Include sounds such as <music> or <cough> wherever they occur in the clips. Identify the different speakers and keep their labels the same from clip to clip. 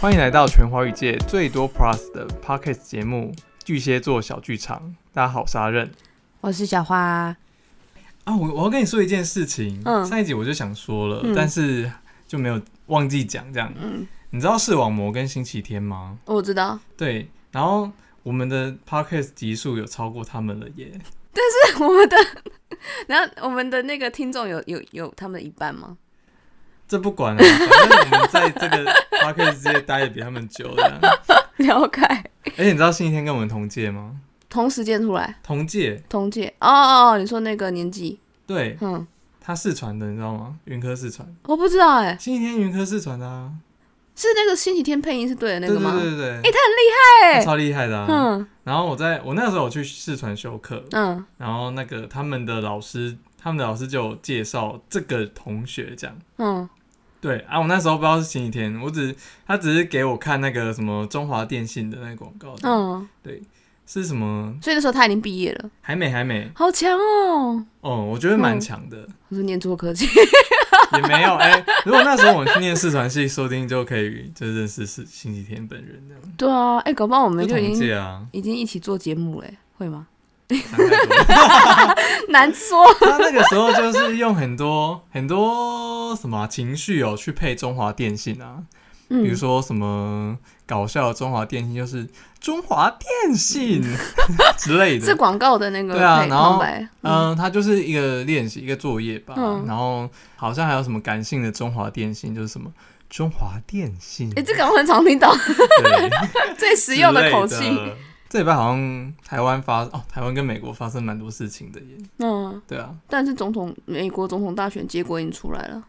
Speaker 1: 欢迎来到全华语界最多 Plus 的 Podcast 节目《巨蟹座小剧场》。大家好，我是阿任
Speaker 2: 我是小花，
Speaker 1: 啊，我我要跟你说一件事情，
Speaker 2: 嗯
Speaker 1: 上一集我就想说了，
Speaker 2: 嗯
Speaker 1: 但是就没有忘记讲。这样，
Speaker 2: 嗯，
Speaker 1: 你知道视网膜跟星期天吗？
Speaker 2: 哦我知道，
Speaker 1: 对，然后我们的 Podcast 集数有超过他们了耶。
Speaker 2: <laughs> 我们的，然后我们的那个听众有有有他们的一半吗？
Speaker 1: 这不
Speaker 2: <laughs>
Speaker 1: 管了、反正我们在这个 podcast 界待的比他们久
Speaker 2: <laughs>
Speaker 1: 了。
Speaker 2: 了解，
Speaker 1: 而且你知道星期天跟我们同届吗？
Speaker 2: 同时间出来，
Speaker 1: 同届，
Speaker 2: 同届，哦哦哦，你说那个年纪，
Speaker 1: 对
Speaker 2: 嗯，
Speaker 1: 他四传的，你知道吗？云科四传，
Speaker 2: 我不知道哎、
Speaker 1: 星期天云科四传的啊，
Speaker 2: 是那个星期天配音是对的那
Speaker 1: 对
Speaker 2: 个
Speaker 1: 对
Speaker 2: 吗？
Speaker 1: 对对
Speaker 2: 诶
Speaker 1: 对，
Speaker 2: 哎、
Speaker 1: 他超厉害的啊。
Speaker 2: 嗯
Speaker 1: 然后我在我那时候我去四传修课，
Speaker 2: 嗯，
Speaker 1: 然后那个他们的老师，他们的老师就有介绍这个同学这样。
Speaker 2: 嗯，
Speaker 1: 对啊，我那时候不知道是星期天，我只他只是给我看那个什么中华电信的那个广告，
Speaker 2: 嗯，
Speaker 1: 是什么
Speaker 2: 所以那时候他已经毕业了，
Speaker 1: 还美还美，
Speaker 2: 好强哦！
Speaker 1: 哦，我觉得蛮强的，
Speaker 2: 我是念做科技，
Speaker 1: 也没有哎、如果那时候我们去念四传系，说不定就可以就认识是星期天本人这样。
Speaker 2: <laughs> 对啊，哎、搞不好我们就已
Speaker 1: 同
Speaker 2: 经
Speaker 1: 届啊，
Speaker 2: 已经一起做节目嘞，会吗？
Speaker 1: 想太多了
Speaker 2: 难说，
Speaker 1: <laughs> 他那个时候就是用很多很多什么啊、情绪哦去配中华电信啊，
Speaker 2: 嗯
Speaker 1: 比如说什么搞笑的中华电信就是中华电信
Speaker 2: 嗯
Speaker 1: <laughs> 之类
Speaker 2: 是
Speaker 1: 的。
Speaker 2: 广告的那个
Speaker 1: 对啊
Speaker 2: 配
Speaker 1: 然后
Speaker 2: 旁白，嗯
Speaker 1: 嗯，它就是一个练习，一个作业吧。
Speaker 2: 嗯
Speaker 1: 然后好像还有什么感性的中华电信，就是什么中华电信。
Speaker 2: 哎、这个我很常听到，
Speaker 1: 对，
Speaker 2: <laughs> 最实用的口气。
Speaker 1: 之类的。这礼拜好像台湾发哦，台湾跟美国发生蛮多事情的耶。
Speaker 2: 嗯，
Speaker 1: 对啊，
Speaker 2: 但是总统美国总统大选结果已经出来了，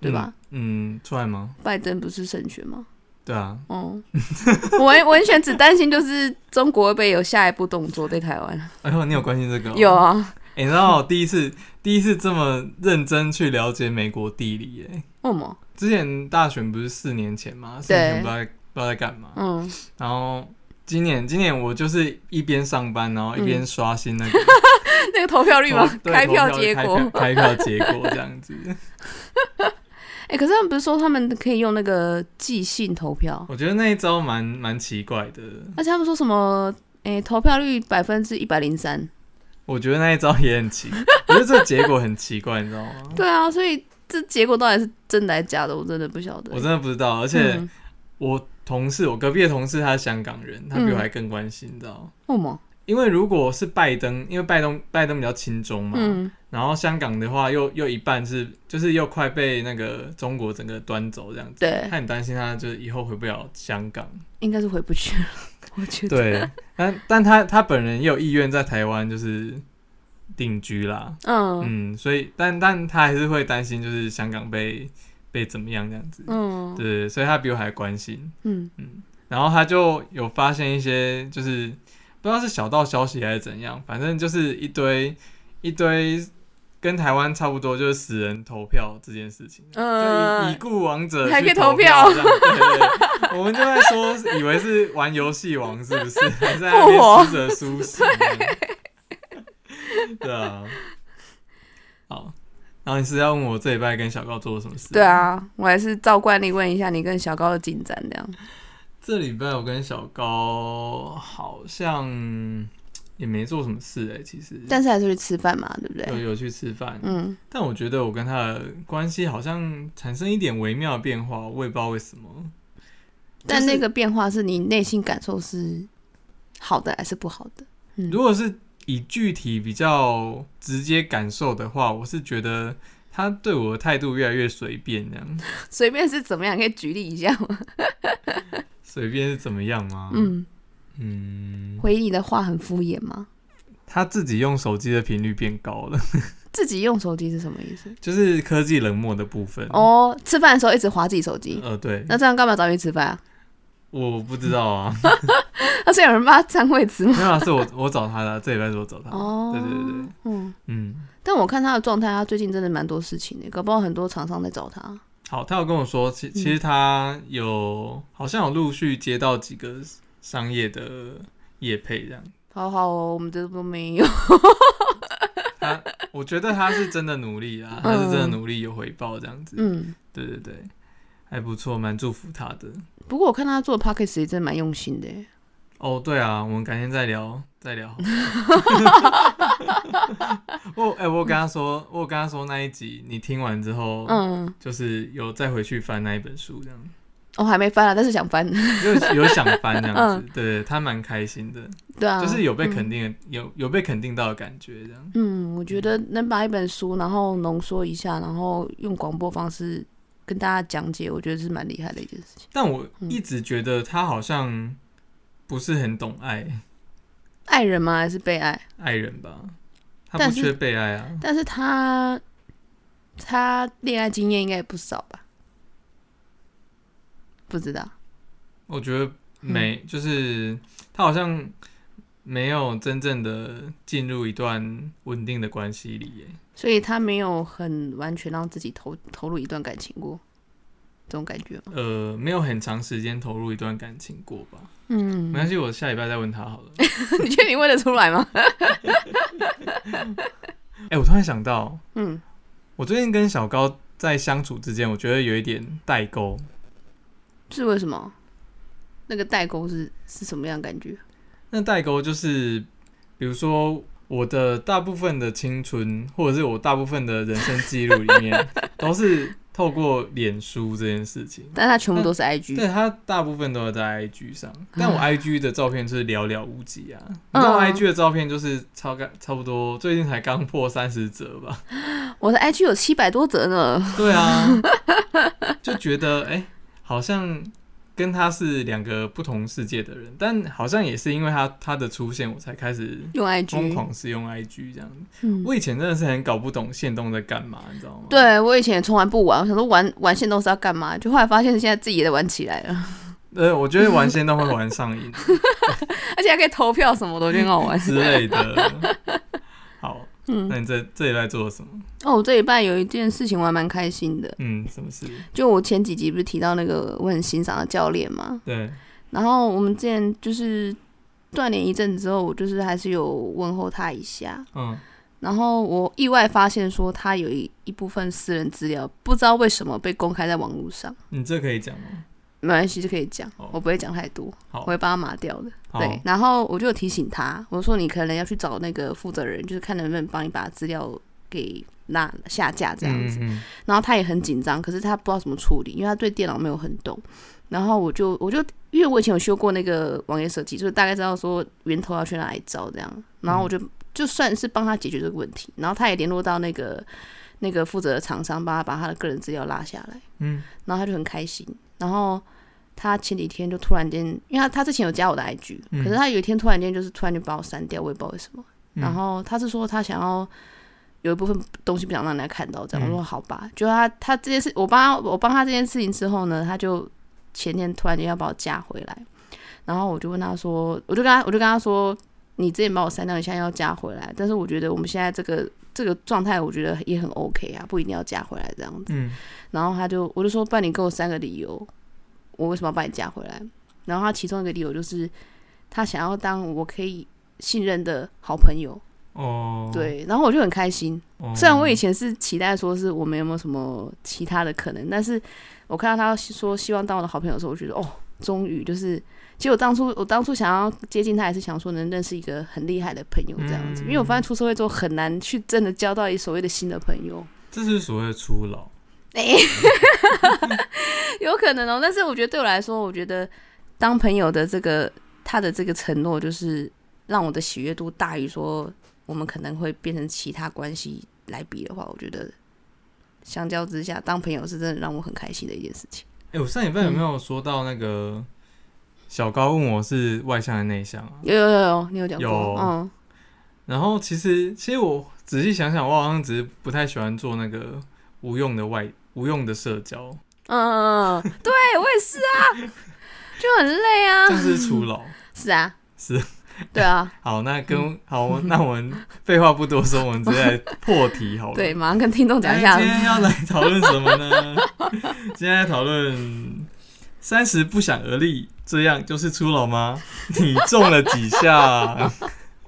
Speaker 2: 对吧？
Speaker 1: 嗯？嗯，出来吗？
Speaker 2: 拜登不是胜选吗？
Speaker 1: 对啊，
Speaker 2: 哦， <laughs> 文文选只担心就是中国会不会有下一步动作对台湾？
Speaker 1: 哎呦，你有关心这个、
Speaker 2: 有。啊，
Speaker 1: 哎、你知道我第一次第一次这么认真去了解美国地理耶。
Speaker 2: 为什么？
Speaker 1: 之前大选不是四年前吗？四年前不知道在不知道在干嘛。
Speaker 2: 嗯，
Speaker 1: 然后今年今年我就是一边上班，然后一边刷新那个、
Speaker 2: <laughs> <laughs> 那个投票嗯率吗？
Speaker 1: 对
Speaker 2: 开票
Speaker 1: 投
Speaker 2: 结果？
Speaker 1: 开票开票结果这样子。
Speaker 2: 哎、可是他们不是说他们可以用那个寄信投票，
Speaker 1: 我觉得那一招蛮蛮奇怪的。
Speaker 2: 而且他们说什么？哎、投票率百分之一百零三。
Speaker 1: 我觉得那一招也很奇， <laughs> 我觉得这个结果很奇怪，你知道吗？
Speaker 2: 对啊，所以这结果到底是真的还是假的？我真的不晓得。
Speaker 1: 我真的不知道，而且
Speaker 2: 嗯，
Speaker 1: 我同事，我隔壁的同事他是香港人，他比我还更关心，你知道吗？
Speaker 2: 为什么？
Speaker 1: 因为如果是拜登，因为拜登拜登比较亲中嘛，
Speaker 2: 嗯
Speaker 1: 然后香港的话又又一半是就是又快被那个中国整个端走这样子，
Speaker 2: 对
Speaker 1: 他很担心他就是以后回不了香港，
Speaker 2: 应该是回不去了， <laughs> 我觉得。
Speaker 1: 对， <laughs> 但但他他本人也有意愿在台湾就是定居啦，
Speaker 2: 嗯
Speaker 1: 嗯，所以但但他还是会担心，就是香港被被怎么样这样子，
Speaker 2: 嗯
Speaker 1: 对，所以他比我还关心，
Speaker 2: 嗯
Speaker 1: 嗯，然后他就有发现一些，就是不知道是小道消息还是怎样，反正就是一堆一堆跟台湾差不多，就是死人投票这件事情，就以已
Speaker 2: 嗯，
Speaker 1: 故王者
Speaker 2: 还可以
Speaker 1: 去投
Speaker 2: 投票
Speaker 1: 这样对对对，我们就在说，以为是玩游戏王是不是？
Speaker 2: <laughs>
Speaker 1: 还在那
Speaker 2: 复活
Speaker 1: 边吃着苏醒，对啊，好，然后你是要问我这礼拜跟小高做了什么事？
Speaker 2: 对，啊，我还是照惯例问一下你跟小高的进展，这样。
Speaker 1: 这礼拜我跟小高好像也没做什么事哎、其实
Speaker 2: 但是还是去吃饭嘛，对不
Speaker 1: 有
Speaker 2: 对？
Speaker 1: 有去吃饭，
Speaker 2: 嗯，
Speaker 1: 但我觉得我跟他的关系好像产生一点微妙的变化，我也不知道为什么。
Speaker 2: 但那个变化是你内心感受是好的还是不好的？ <laughs> 嗯
Speaker 1: 如果是以具体比较直接感受的话，我是觉得他对我的态度越来越随便，这样 <laughs>
Speaker 2: 随便是怎么样，可以举例一下吗？
Speaker 1: 随便是怎么样吗？
Speaker 2: 嗯，
Speaker 1: 嗯
Speaker 2: 回你的话很敷衍吗？
Speaker 1: 他自己用手机的频率变高了， <laughs>
Speaker 2: 自己用手机是什么意思？
Speaker 1: 就是科技冷漠的部分。，
Speaker 2: 哦，吃饭的时候一直划自己手机，
Speaker 1: 呃，对，
Speaker 2: 那这样干嘛找你吃饭 <laughs> 啊？
Speaker 1: 我不知道啊，
Speaker 2: 那是有人帮他占位置吗？
Speaker 1: <laughs> 没有啊，是我我找他的啊，这礼拜是我找他的。
Speaker 2: 哦，
Speaker 1: 对对对，
Speaker 2: 嗯。
Speaker 1: 嗯，
Speaker 2: 但我看他的状态，他最近真的蛮多事情的，搞不好很多厂商在找他。
Speaker 1: 好，他有跟我说，其其实
Speaker 2: 嗯
Speaker 1: 他有好像有陆续接到几个商业的业配这样。
Speaker 2: 好好哦，我们这都没有。
Speaker 1: 他，我觉得他是真的努力啊，他是真的努力有回报这样子。
Speaker 2: <laughs> 嗯，
Speaker 1: 对对对。还不错，蛮祝福他的。
Speaker 2: 不过我看他做 p o c k e t 也真蛮用心的欸耶，
Speaker 1: 哦，对啊，我们改天再聊，再聊。 <laughs> 我哎、我有跟他说，我有跟他说那一集你听完之后，
Speaker 2: 嗯，
Speaker 1: 就是有再回去翻那一本书，这样
Speaker 2: 我、还没翻啊，但是想翻， <laughs>
Speaker 1: 有有想翻这样子，
Speaker 2: 嗯
Speaker 1: 对他蛮开心的，
Speaker 2: 对啊，
Speaker 1: 就是有被肯定的，有有被肯定到的感觉，这样
Speaker 2: 嗯，我觉得能把一本书然后浓缩一下，然后用广播方式跟大家讲解，我觉得是蛮厉害的一件事情。
Speaker 1: 但我
Speaker 2: 嗯
Speaker 1: 一直觉得他好像不是很懂爱
Speaker 2: 爱人吗？还是被爱？
Speaker 1: 爱人吧，他
Speaker 2: 但
Speaker 1: 不
Speaker 2: 是
Speaker 1: 缺被爱啊，
Speaker 2: 但是他他恋爱经验应该也不少吧？不知道，
Speaker 1: 我觉得
Speaker 2: 嗯
Speaker 1: 没，就是他好像没有真正的进入一段稳定的关系里耶。
Speaker 2: 所以他没有很完全让自己投投入一段感情过，这种感觉吗？
Speaker 1: 呃，没有很长时间投入一段感情过吧？
Speaker 2: <laughs> 嗯
Speaker 1: 没，关系，我下礼拜再问他好了。
Speaker 2: <laughs> 你确定问得出来吗？
Speaker 1: 哎、我突然想到，
Speaker 2: <laughs> 嗯，
Speaker 1: 我最近跟小高在相处之间，我觉得有一点代沟。
Speaker 2: 是为什么？那个代沟是是什么样的感觉？
Speaker 1: 那代沟就是，比如说我的大部分的青春，或者是我大部分的人生记录里面，都是透过脸书这件事情。
Speaker 2: 但他全部都是 IG，
Speaker 1: 嗯对他大部分都有在 IG 上，但我 IG 的照片是寥寥无几啊。
Speaker 2: 嗯
Speaker 1: 你知道 IG 的照片就是超干差不多，最近才刚破三十折吧？
Speaker 2: 我的 IG 有七百多折呢。
Speaker 1: 对啊， <laughs> 就觉得哎、好像跟他是两个不同世界的人，但好像也是因为他他的出现，我才开始
Speaker 2: 用
Speaker 1: 疯
Speaker 2: IG，
Speaker 1: 狂使用 IG 这样。
Speaker 2: 嗯，
Speaker 1: 我以前真的是很搞不懂线动在干嘛，你知道吗？
Speaker 2: 对我以前也从来不玩，我想说玩玩线都是要干嘛，就后来发现现在自己也在玩起来了， <laughs>
Speaker 1: 呃，我觉得玩线动会玩上瘾。
Speaker 2: 而且还可以投票什么的，我觉得很好玩。 <laughs>
Speaker 1: 之类的。好，
Speaker 2: 嗯
Speaker 1: 那你这这礼拜做了什么？
Speaker 2: 哦，我这礼拜有一件事情我还蛮开心的，
Speaker 1: 嗯，什么事？
Speaker 2: 就我前几集不是提到那个我很欣赏的教练嘛，
Speaker 1: 对，
Speaker 2: 然后我们之前就是锻炼一阵子之后，我就是还是有问候他一下，
Speaker 1: 嗯，
Speaker 2: 然后我意外发现说他有一一部分私人资料，不知道为什么被公开在网络上，
Speaker 1: 你这可以讲吗？
Speaker 2: 没关系就可以讲，
Speaker 1: 哦
Speaker 2: 我不会讲太多，
Speaker 1: 好
Speaker 2: 我会帮他码掉的。
Speaker 1: 好，
Speaker 2: 对，然后我就有提醒他，我说你可能要去找那个负责人，就是看能不能帮你把资料给拉下架这样子。
Speaker 1: 嗯，嗯
Speaker 2: 然后他也很紧张，可是他不知道怎么处理，因为他对电脑没有很懂。然后我就我就因为我以前有修过那个网页设计，所以大概知道说源头要去哪里找这样。然后我就、就算是帮他解决这个问题，然后他也联络到那个那个负责的厂商，帮他把他的个人资料拉下来。
Speaker 1: 嗯，
Speaker 2: 然后他就很开心。然后他前几天就突然间，因为他他之前有加我的 IG，、
Speaker 1: 嗯
Speaker 2: 可是他有一天突然间就是突然就把我删掉，我也不知道为什么。
Speaker 1: 嗯
Speaker 2: 然后他是说他想要有一部分东西不想让人家看到，这
Speaker 1: 嗯
Speaker 2: 样、我说好吧。就他他这件事，我帮他我帮他这件事情之后呢，他就前天突然间要把我加回来，然后我就问他说，我就跟他我就跟他说。你之前把我删掉，你现在要加回来，但是我觉得我们现在这个这个状态，我觉得也很 OK 啊，不一定要加回来这样子。
Speaker 1: 嗯，
Speaker 2: 然后他就我就说，不然你给我三个理由，我为什么要把你加回来？然后他其中一个理由就是他想要当我可以信任的好朋友，
Speaker 1: 哦，
Speaker 2: 对。然后我就很开心，
Speaker 1: 哦，
Speaker 2: 虽然我以前是期待说是我们有没有什么其他的可能，但是我看到他说希望当我的好朋友的时候，我觉得哦，终于就是。其实我当初我当初想要接近他，也是想说能认识一个很厉害的朋友这样子，因为我发现出社会之后很难去真的交到一所谓的新的朋友。
Speaker 1: 这是所谓的初老，
Speaker 2: 哎、 <laughs> 有可能哦、但是我觉得对我来说，我觉得当朋友的这个他的这个承诺，就是让我的喜悦度大于说我们可能会变成其他关系来比的话，我觉得相较之下，当朋友是真的让我很开心的一件事情。
Speaker 1: 哎、我上礼拜有没有说到那个小高问我是外向还是内向啊？
Speaker 2: 有有有有，你有讲
Speaker 1: 有
Speaker 2: 过，嗯，
Speaker 1: 然后其实其实我仔细想想，我好像只是不太喜欢做那个无用的外无用的社交，
Speaker 2: 嗯嗯嗯，对我也是啊， <laughs> 就很累啊
Speaker 1: 这，是初老。
Speaker 2: 是啊，
Speaker 1: 是，
Speaker 2: 对啊，
Speaker 1: 好，那跟好，那我们废话不多说，我们直接来破题好了。
Speaker 2: 对，马上跟听众讲一下
Speaker 1: 哎，今天要来讨论什么呢？ <laughs> 今天来讨论三十不想而立，这样就是初老吗？你中了几
Speaker 2: <laughs>
Speaker 1: 下？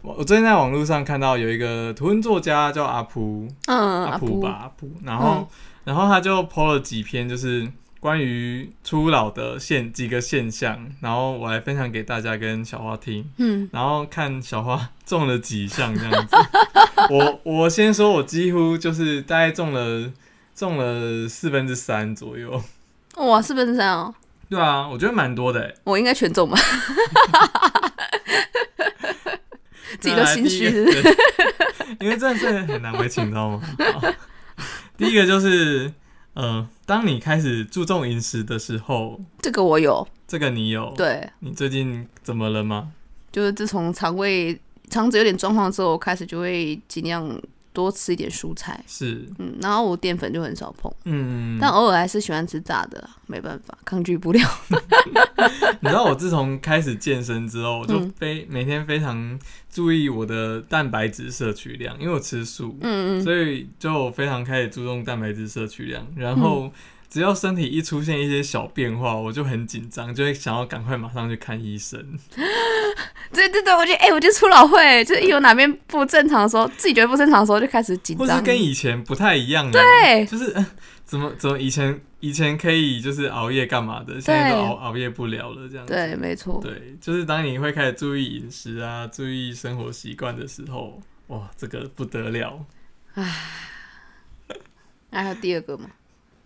Speaker 1: 我我最近在网络上看到有一个图文作家叫阿普，
Speaker 2: 嗯，
Speaker 1: 阿
Speaker 2: 阿嗯
Speaker 1: 普
Speaker 2: 布
Speaker 1: 吧，阿普，然后、然后他就 PO 了几篇，就是关于初老的现几个现象，然后我来分享给大家跟小花听，
Speaker 2: 嗯，
Speaker 1: 然后看小花中了几项这样子。 <laughs> 我我先说，我几乎就是大概中了中了四分之三左右。
Speaker 2: 哇，是不是这样哦？
Speaker 1: 对啊，我觉得蛮多的欸。
Speaker 2: 我应该全
Speaker 1: <laughs>
Speaker 2: 中吧？自己都
Speaker 1: 那来
Speaker 2: 心虚
Speaker 1: 啊第一个对因为真的是很难为情，你知道吗？好第一个就是，呃，当你开始注重饮食的时候，
Speaker 2: <laughs> 这个我有，
Speaker 1: 这个你有？，
Speaker 2: 对，
Speaker 1: 你最近怎么了吗？
Speaker 2: 就是自从肠胃肠子有点状况之后，我开始就会尽量多吃一点蔬菜，
Speaker 1: 是，
Speaker 2: 嗯，然后我淀粉就很少碰，
Speaker 1: 嗯，
Speaker 2: 但偶尔还是喜欢吃炸的啦，没办法，抗拒
Speaker 1: <laughs>
Speaker 2: 不了。
Speaker 1: 你知道我自从开始健身之后，我就
Speaker 2: 嗯
Speaker 1: 非、每天非常注意我的蛋白质摄取量，因为我吃素，
Speaker 2: 嗯嗯，
Speaker 1: 所以就非常开始注重蛋白质摄取量。然后
Speaker 2: 嗯
Speaker 1: 只要身体一出现一些小变化，我就很紧张，就会想要赶快马上去看医生。
Speaker 2: 对对对，我觉得哎、我觉得初老会就是一有哪边不正常的时候，自己觉得不正常的时候就开始紧
Speaker 1: 或是
Speaker 2: 张。
Speaker 1: 跟以前不太一样了，
Speaker 2: 对
Speaker 1: 就是、呃怎么怎么以前以前可以就是熬夜干嘛的，现在都熬熬夜不了了这样子。
Speaker 2: 对，没错，
Speaker 1: 对，就是当你会开始注意饮食啊，注意生活习惯的时候，哇，这个不得了。
Speaker 2: 那还有第二个吗？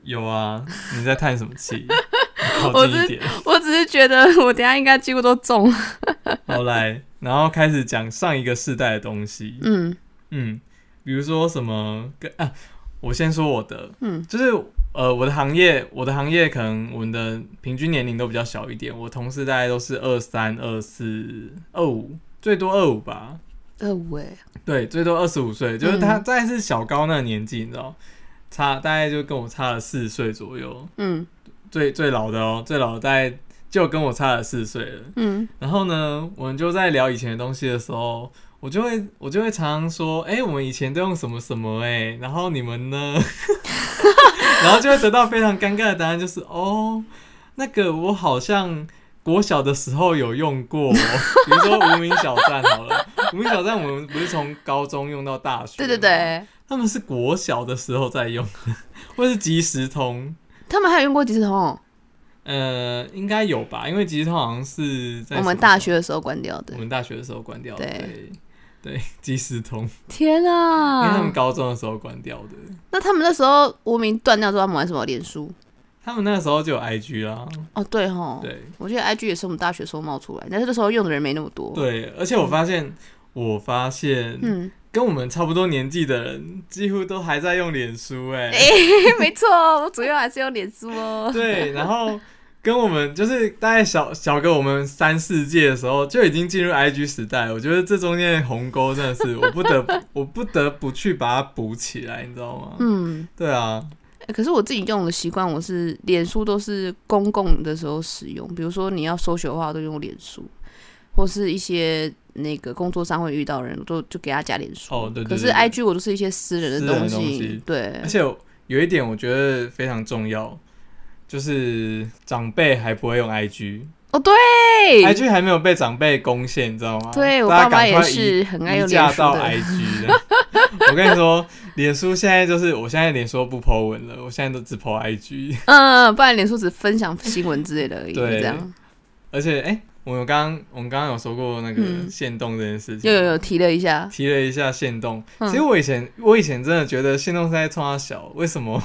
Speaker 1: 有啊，你在叹什么气？ <laughs> 你靠
Speaker 2: 我
Speaker 1: 近
Speaker 2: 是
Speaker 1: 一点，
Speaker 2: 我只是觉得我等一下应该几乎都中了。
Speaker 1: 好来，然后开始讲上一个世代的东西。
Speaker 2: 嗯
Speaker 1: 嗯，比如说什么跟啊，我先说我的，
Speaker 2: 嗯，
Speaker 1: 就是呃，我的行业，我的行业可能我们的平均年龄都比较小一点，我同事大概都是二三、二四、二五，最多二五吧，
Speaker 2: 二五哎，
Speaker 1: 对，最多二十五岁，就是他
Speaker 2: 嗯
Speaker 1: 大概是小高那个年纪，你知道，差大概就跟我差了四岁左右，
Speaker 2: 嗯
Speaker 1: 最最老的哦，最老的大概就跟我差了四岁了。
Speaker 2: 嗯
Speaker 1: 然后呢，我们就在聊以前的东西的时候，我就会我就会常常说，哎、我们以前都用什么什么、哎，然后你们呢？ <laughs> 然后就会得到非常尴尬的答案，就是哦，那个我好像国小的时候有用过、哦 <laughs> 比如说无名小站好了，无名小站我们不是从高中用到大学，
Speaker 2: 对对，对，
Speaker 1: 他们是国小的 <laughs> 时候在用，或是即时通。
Speaker 2: 他们还有用过几次通，
Speaker 1: 呃，应该有吧，因为即时通好像是在
Speaker 2: 我
Speaker 1: 什么
Speaker 2: 们
Speaker 1: 时
Speaker 2: 大
Speaker 1: 候
Speaker 2: 学的时候关掉的
Speaker 1: 我。们大学的时候关掉的，
Speaker 2: 对
Speaker 1: 对对， <laughs> 即时通，因
Speaker 2: 天
Speaker 1: 为他们
Speaker 2: 啊！
Speaker 1: 高中的时候关掉的，
Speaker 2: 那他们那时候无名断掉之后，他们玩什么脸书？
Speaker 1: 他们那时候就有 IG 啦，
Speaker 2: 哦，对吼，
Speaker 1: 对
Speaker 2: 我记得 IG 也是我们大学时候冒出来，但是那时候用的人没那么多。，
Speaker 1: 对，而且我发现，我发现
Speaker 2: 嗯，
Speaker 1: 跟我们差不多年纪的人几乎都还在用脸书，哎，
Speaker 2: <laughs> 没错，我主要还是用脸书哦。
Speaker 1: 对，然后。跟我们就是大概小小个我们三四届的时候就已经进入 IG 时代了，我觉得这中间的鸿沟真的是我不得 <laughs> 不我不得不去把它补起来，你知道吗？
Speaker 2: 嗯，
Speaker 1: 对啊，
Speaker 2: 欸可是我自己用的习惯，我是脸书都是公共的时候使用，比如说你要搜寻的话，我都用脸书，或是一些那个工作上会遇到的人，我都就给他加脸书。
Speaker 1: 哦对对
Speaker 2: 可是
Speaker 1: 对对
Speaker 2: IG 我都是一些私人
Speaker 1: 私
Speaker 2: 的
Speaker 1: 人
Speaker 2: 东
Speaker 1: 的
Speaker 2: 西，
Speaker 1: 东西
Speaker 2: 对
Speaker 1: 而，且有一点我觉得非常重要，就是长辈还不会用 IG，IG
Speaker 2: 哦对，
Speaker 1: 还没有被长辈攻陷，你知道吗？
Speaker 2: 对我
Speaker 1: 大家
Speaker 2: 爸妈
Speaker 1: 赶
Speaker 2: 也
Speaker 1: 快移
Speaker 2: 是很爱用
Speaker 1: 移嫁
Speaker 2: 脸书
Speaker 1: 到
Speaker 2: 的， <laughs>
Speaker 1: IG 的。我跟你说，脸书现在就是，我现在脸书不 po 文了，我现在都只 po IG。
Speaker 2: 嗯，不然脸书只分享新闻之类的而已，
Speaker 1: 对
Speaker 2: 这样
Speaker 1: <laughs> 而且，哎、我们刚刚我们刚刚有说过那个
Speaker 2: 嗯
Speaker 1: 限动这件事情，
Speaker 2: 又有有提了一下，
Speaker 1: 提了一下限动。
Speaker 2: 嗯
Speaker 1: 其实我以前我以前真的觉得限动是在冲他小，为什么？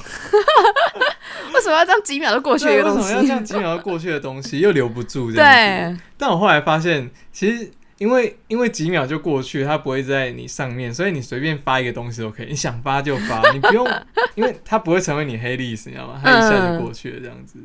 Speaker 2: 为什么要这样几秒就过去一
Speaker 1: <laughs> 对为什
Speaker 2: 个东
Speaker 1: 么要这样
Speaker 2: 西？
Speaker 1: 几秒就过去的东西又留不住这样子？
Speaker 2: <laughs> 对，哎
Speaker 1: 但我后来发现，其实因为因为几秒就过去，它不会在你上面，所以你随便发一个东西都可以，你想发就发，你
Speaker 2: <laughs>
Speaker 1: 不用，因为它不会成为你黑历史，你知道吗？它一下就过去了，这样子。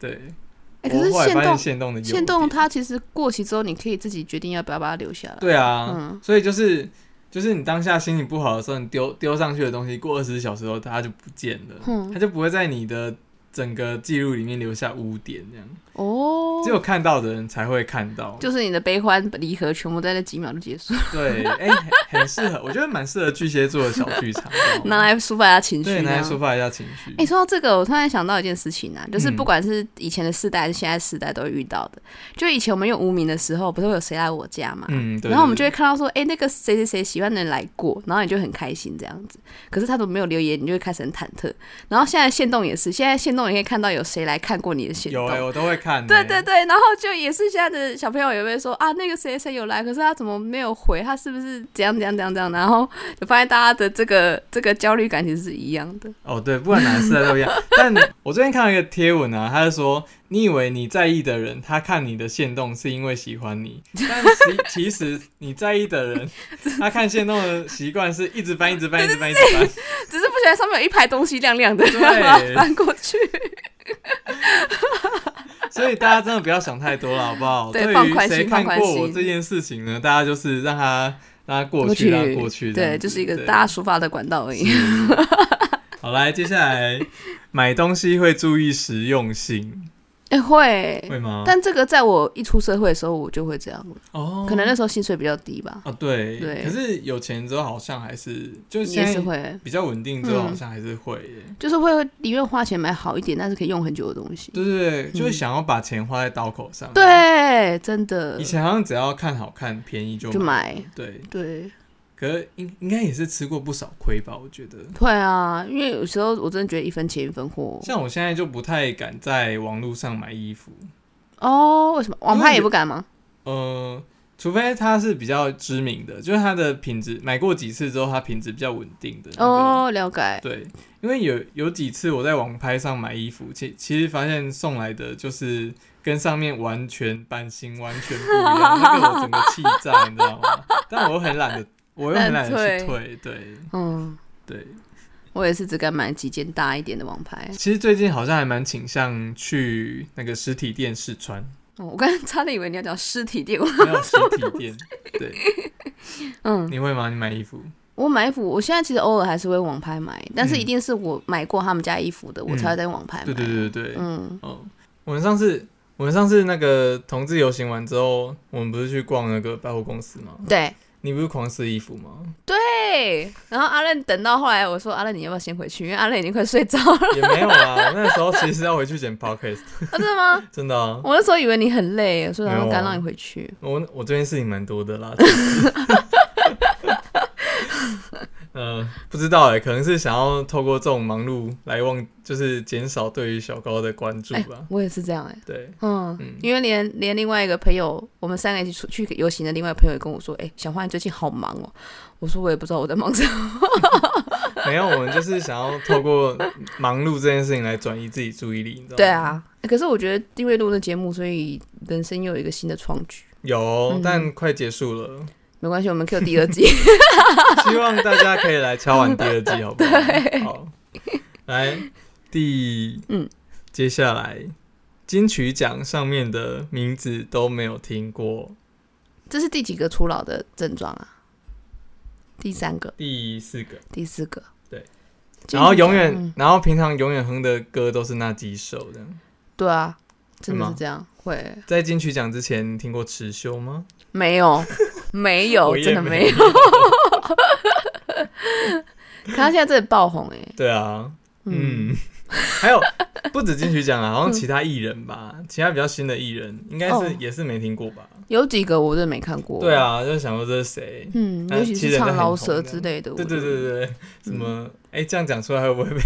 Speaker 1: 对，
Speaker 2: 嗯哎，可
Speaker 1: 我
Speaker 2: 是
Speaker 1: 后来
Speaker 2: 限
Speaker 1: 发现
Speaker 2: 动
Speaker 1: 限动的优点
Speaker 2: 限动它其实过期之后，你可以自己决定要不要把它留下来。
Speaker 1: 对啊，
Speaker 2: 嗯
Speaker 1: 所以就是就是你当下心情不好的时候，你丢丢上去的东西，过二十小时后它就不见了，
Speaker 2: 嗯
Speaker 1: 它就不会在你的整个记录里面留下污点，这样
Speaker 2: 哦
Speaker 1: 只，有看到的人才会看到。
Speaker 2: 就是你的悲欢离合全部在那几秒就结束，
Speaker 1: 对，哎、很很适合，我觉得蛮适合巨蟹座的小剧场，你知道
Speaker 2: <laughs> 拿
Speaker 1: 吗
Speaker 2: 来抒发一下情绪。
Speaker 1: 对，拿来抒
Speaker 2: 哎
Speaker 1: 发一下情绪、。
Speaker 2: 诶说到这个，我突然想到一件事情啊，就是
Speaker 1: 嗯
Speaker 2: 不管是以前的世代还是现在世代都会遇到的。就以前我们用无名的时候，不是会有谁来我家嘛？
Speaker 1: 嗯，对。
Speaker 2: 然后我们就
Speaker 1: 对
Speaker 2: 会看到说，哎、那个谁谁谁喜欢的人来过，然后你就很开心这样子。可是他都没有留言，你就会开始很忐忑。然后现在限动也是，现在限动动，你可以看到有谁来看过你的行
Speaker 1: 有
Speaker 2: 动。
Speaker 1: 哎、我都会
Speaker 2: <laughs>
Speaker 1: 看、欸。
Speaker 2: 对对对，然后就也是现在的小朋友也会说啊，那个谁谁有来，可是他怎么没有回？他是不是怎样怎样怎样怎样？然后就发现大家的这个 <laughs> 这个焦虑感其实是一样的。
Speaker 1: 哦，对，不管男是都一样。但我最近看了一个贴文啊，他是说，你以为你在意的人，他看你的线动是因为喜欢你，但其其实你在意的
Speaker 2: <laughs>
Speaker 1: 人，他看线动的习惯是一直翻，一直翻，一直翻，一直翻。
Speaker 2: 只是不觉得上面有一排东西亮亮的，
Speaker 1: 对
Speaker 2: 然后翻过去，
Speaker 1: 所以大家真的不要想太多了，好不好？
Speaker 2: <laughs> 对
Speaker 1: 对
Speaker 2: 放
Speaker 1: 于
Speaker 2: 宽心
Speaker 1: 谁
Speaker 2: 放
Speaker 1: 看
Speaker 2: 宽
Speaker 1: 过我
Speaker 2: 心
Speaker 1: 这件事情呢，大家就是让他让他过去，让他过去这样
Speaker 2: 对，
Speaker 1: 子。
Speaker 2: 就是一个
Speaker 1: 对嗯
Speaker 2: 大家抒发的管道而已。
Speaker 1: 好，来，接下来买东西会注意实用性，
Speaker 2: <laughs> 哎、会，
Speaker 1: 会吗？
Speaker 2: 但这个在我一出社会的时候，我就会这样了。
Speaker 1: 哦，
Speaker 2: 可能那时候薪水比较低吧，
Speaker 1: 哦，对，
Speaker 2: 对
Speaker 1: 可是有钱之后好像还是，就是
Speaker 2: 你也
Speaker 1: 现
Speaker 2: 是
Speaker 1: 在
Speaker 2: 会，
Speaker 1: 比较稳定之后，
Speaker 2: 嗯
Speaker 1: 好像还是会耶。
Speaker 2: 就是会宁愿花钱买好一点，但是可以用很久的东西。
Speaker 1: 对啊对对，就会
Speaker 2: 嗯
Speaker 1: 想要把钱花在刀口上。，啊
Speaker 2: 对，真的
Speaker 1: 以前好像只要看好看、便宜就
Speaker 2: 就买。
Speaker 1: 对，
Speaker 2: 对，
Speaker 1: 可是应应该也是吃过不少亏吧？我觉得，
Speaker 2: 会啊，因为有时候我真的觉得一分钱一分货。
Speaker 1: 像我现在就不太敢在网络上买衣服，
Speaker 2: 哦，为什么网拍也不敢吗？
Speaker 1: 呃，除非它是比较知名的，就是它的品质，买过几次之后，它品质比较稳定的、那个。
Speaker 2: 哦，了解。
Speaker 1: 对，因为有有几次我在网拍上买衣服，其其实发现送来的就是跟上面完全版型完全不一样，那个我整个气炸，你知道吗？但我又很懒得，我又很懒得去
Speaker 2: 懒
Speaker 1: 退，对
Speaker 2: 嗯，
Speaker 1: 对。
Speaker 2: 我也是只敢买几件大一点的网拍。
Speaker 1: 其实最近好像还蛮倾向去那个实体店试穿，
Speaker 2: 哦，我刚才差点以为你要讲实
Speaker 1: <laughs>
Speaker 2: 体店。
Speaker 1: 没有实体店，对，
Speaker 2: 嗯，
Speaker 1: 你会吗？你买衣服？
Speaker 2: 我买衣服，我现在其实偶尔还是会网拍买，但是
Speaker 1: 嗯
Speaker 2: 一定是我买过他们家衣服的，我才会在网拍买。
Speaker 1: 对对对对对，
Speaker 2: 嗯，
Speaker 1: 哦，我们上次我们上次那个同志游行完之后，我们不是去逛那个百货公司吗？
Speaker 2: 对
Speaker 1: 你不是狂试衣服
Speaker 2: <laughs>
Speaker 1: 吗？
Speaker 2: 对。然后阿任等到后来，我说阿任你要不要先回去？因为阿任已经快睡着了。 <laughs>
Speaker 1: 也没有啊，我那时候其实要回去剪 podcast，
Speaker 2: 啊，真的
Speaker 1: <laughs>
Speaker 2: 吗？
Speaker 1: 真的啊。
Speaker 2: 我那时候以为你很累，所以
Speaker 1: 没
Speaker 2: 然
Speaker 1: 有
Speaker 2: 后
Speaker 1: 啊
Speaker 2: 敢让你回去。
Speaker 1: 我我最近事情蛮多的啦。其实
Speaker 2: <laughs>
Speaker 1: 呃，不知道哎、可能是想要透过这种忙碌来忘，就是减少对于小高的关注
Speaker 2: 哎
Speaker 1: 吧。
Speaker 2: 我也是这样哎、
Speaker 1: 对，
Speaker 2: 嗯
Speaker 1: 嗯，
Speaker 2: 因为连连另外一个朋友，我们三个一起出去游行的另外一个朋友也跟我说，哎、小花你最近好忙哦。我说我也不知道我在忙什么。
Speaker 1: <laughs> 没有，我们就是想要透过忙碌这件事情来转移自己注意力，你知道吗？
Speaker 2: <laughs> 对，啊、哎可是我觉得因为录了节目，所以人生又有一个新的创举。
Speaker 1: 有
Speaker 2: 嗯，
Speaker 1: 但快结束了。
Speaker 2: 没关系，我们 Q 第二 <laughs> 季。
Speaker 1: 希望大家可以来敲完第二季，好不
Speaker 2: <laughs>
Speaker 1: 好？好，来第
Speaker 2: 嗯，
Speaker 1: 接下来金曲奖上面的名字都没有听过，
Speaker 2: 这是第几个初老的症状啊？第三个、
Speaker 1: 第四个，
Speaker 2: 第四个。
Speaker 1: 对
Speaker 2: 金曲奖，
Speaker 1: 然后永远
Speaker 2: 嗯，
Speaker 1: 然后平常永远哼的歌都是那几首这样。
Speaker 2: 对啊，真的
Speaker 1: 是
Speaker 2: 是
Speaker 1: 吗
Speaker 2: 这样，会
Speaker 1: 在金曲奖之前，你听过持修吗？
Speaker 2: 没
Speaker 1: <laughs>
Speaker 2: 有没有
Speaker 1: 我，也
Speaker 2: 真的
Speaker 1: 没
Speaker 2: 没有。 <laughs> 可他现在真的爆红哎、
Speaker 1: 对啊，
Speaker 2: 嗯，
Speaker 1: 嗯， <laughs> 还
Speaker 2: <laughs>
Speaker 1: 有不止金曲奖啊，好像其他艺人吧，其他比较新的艺人，应该是、
Speaker 2: 嗯哦
Speaker 1: 也是没听过吧？
Speaker 2: 有几个我真的没看过。
Speaker 1: 对，啊，就想说这是谁？
Speaker 2: 嗯，
Speaker 1: 但
Speaker 2: 尤其
Speaker 1: 其实
Speaker 2: 是
Speaker 1: 人
Speaker 2: 唱
Speaker 1: 很
Speaker 2: 饶
Speaker 1: 红
Speaker 2: 舌
Speaker 1: 的
Speaker 2: 之类的，
Speaker 1: 对
Speaker 2: 我
Speaker 1: 对对对，
Speaker 2: 嗯
Speaker 1: 对什么？哎、这样讲出来会不会被？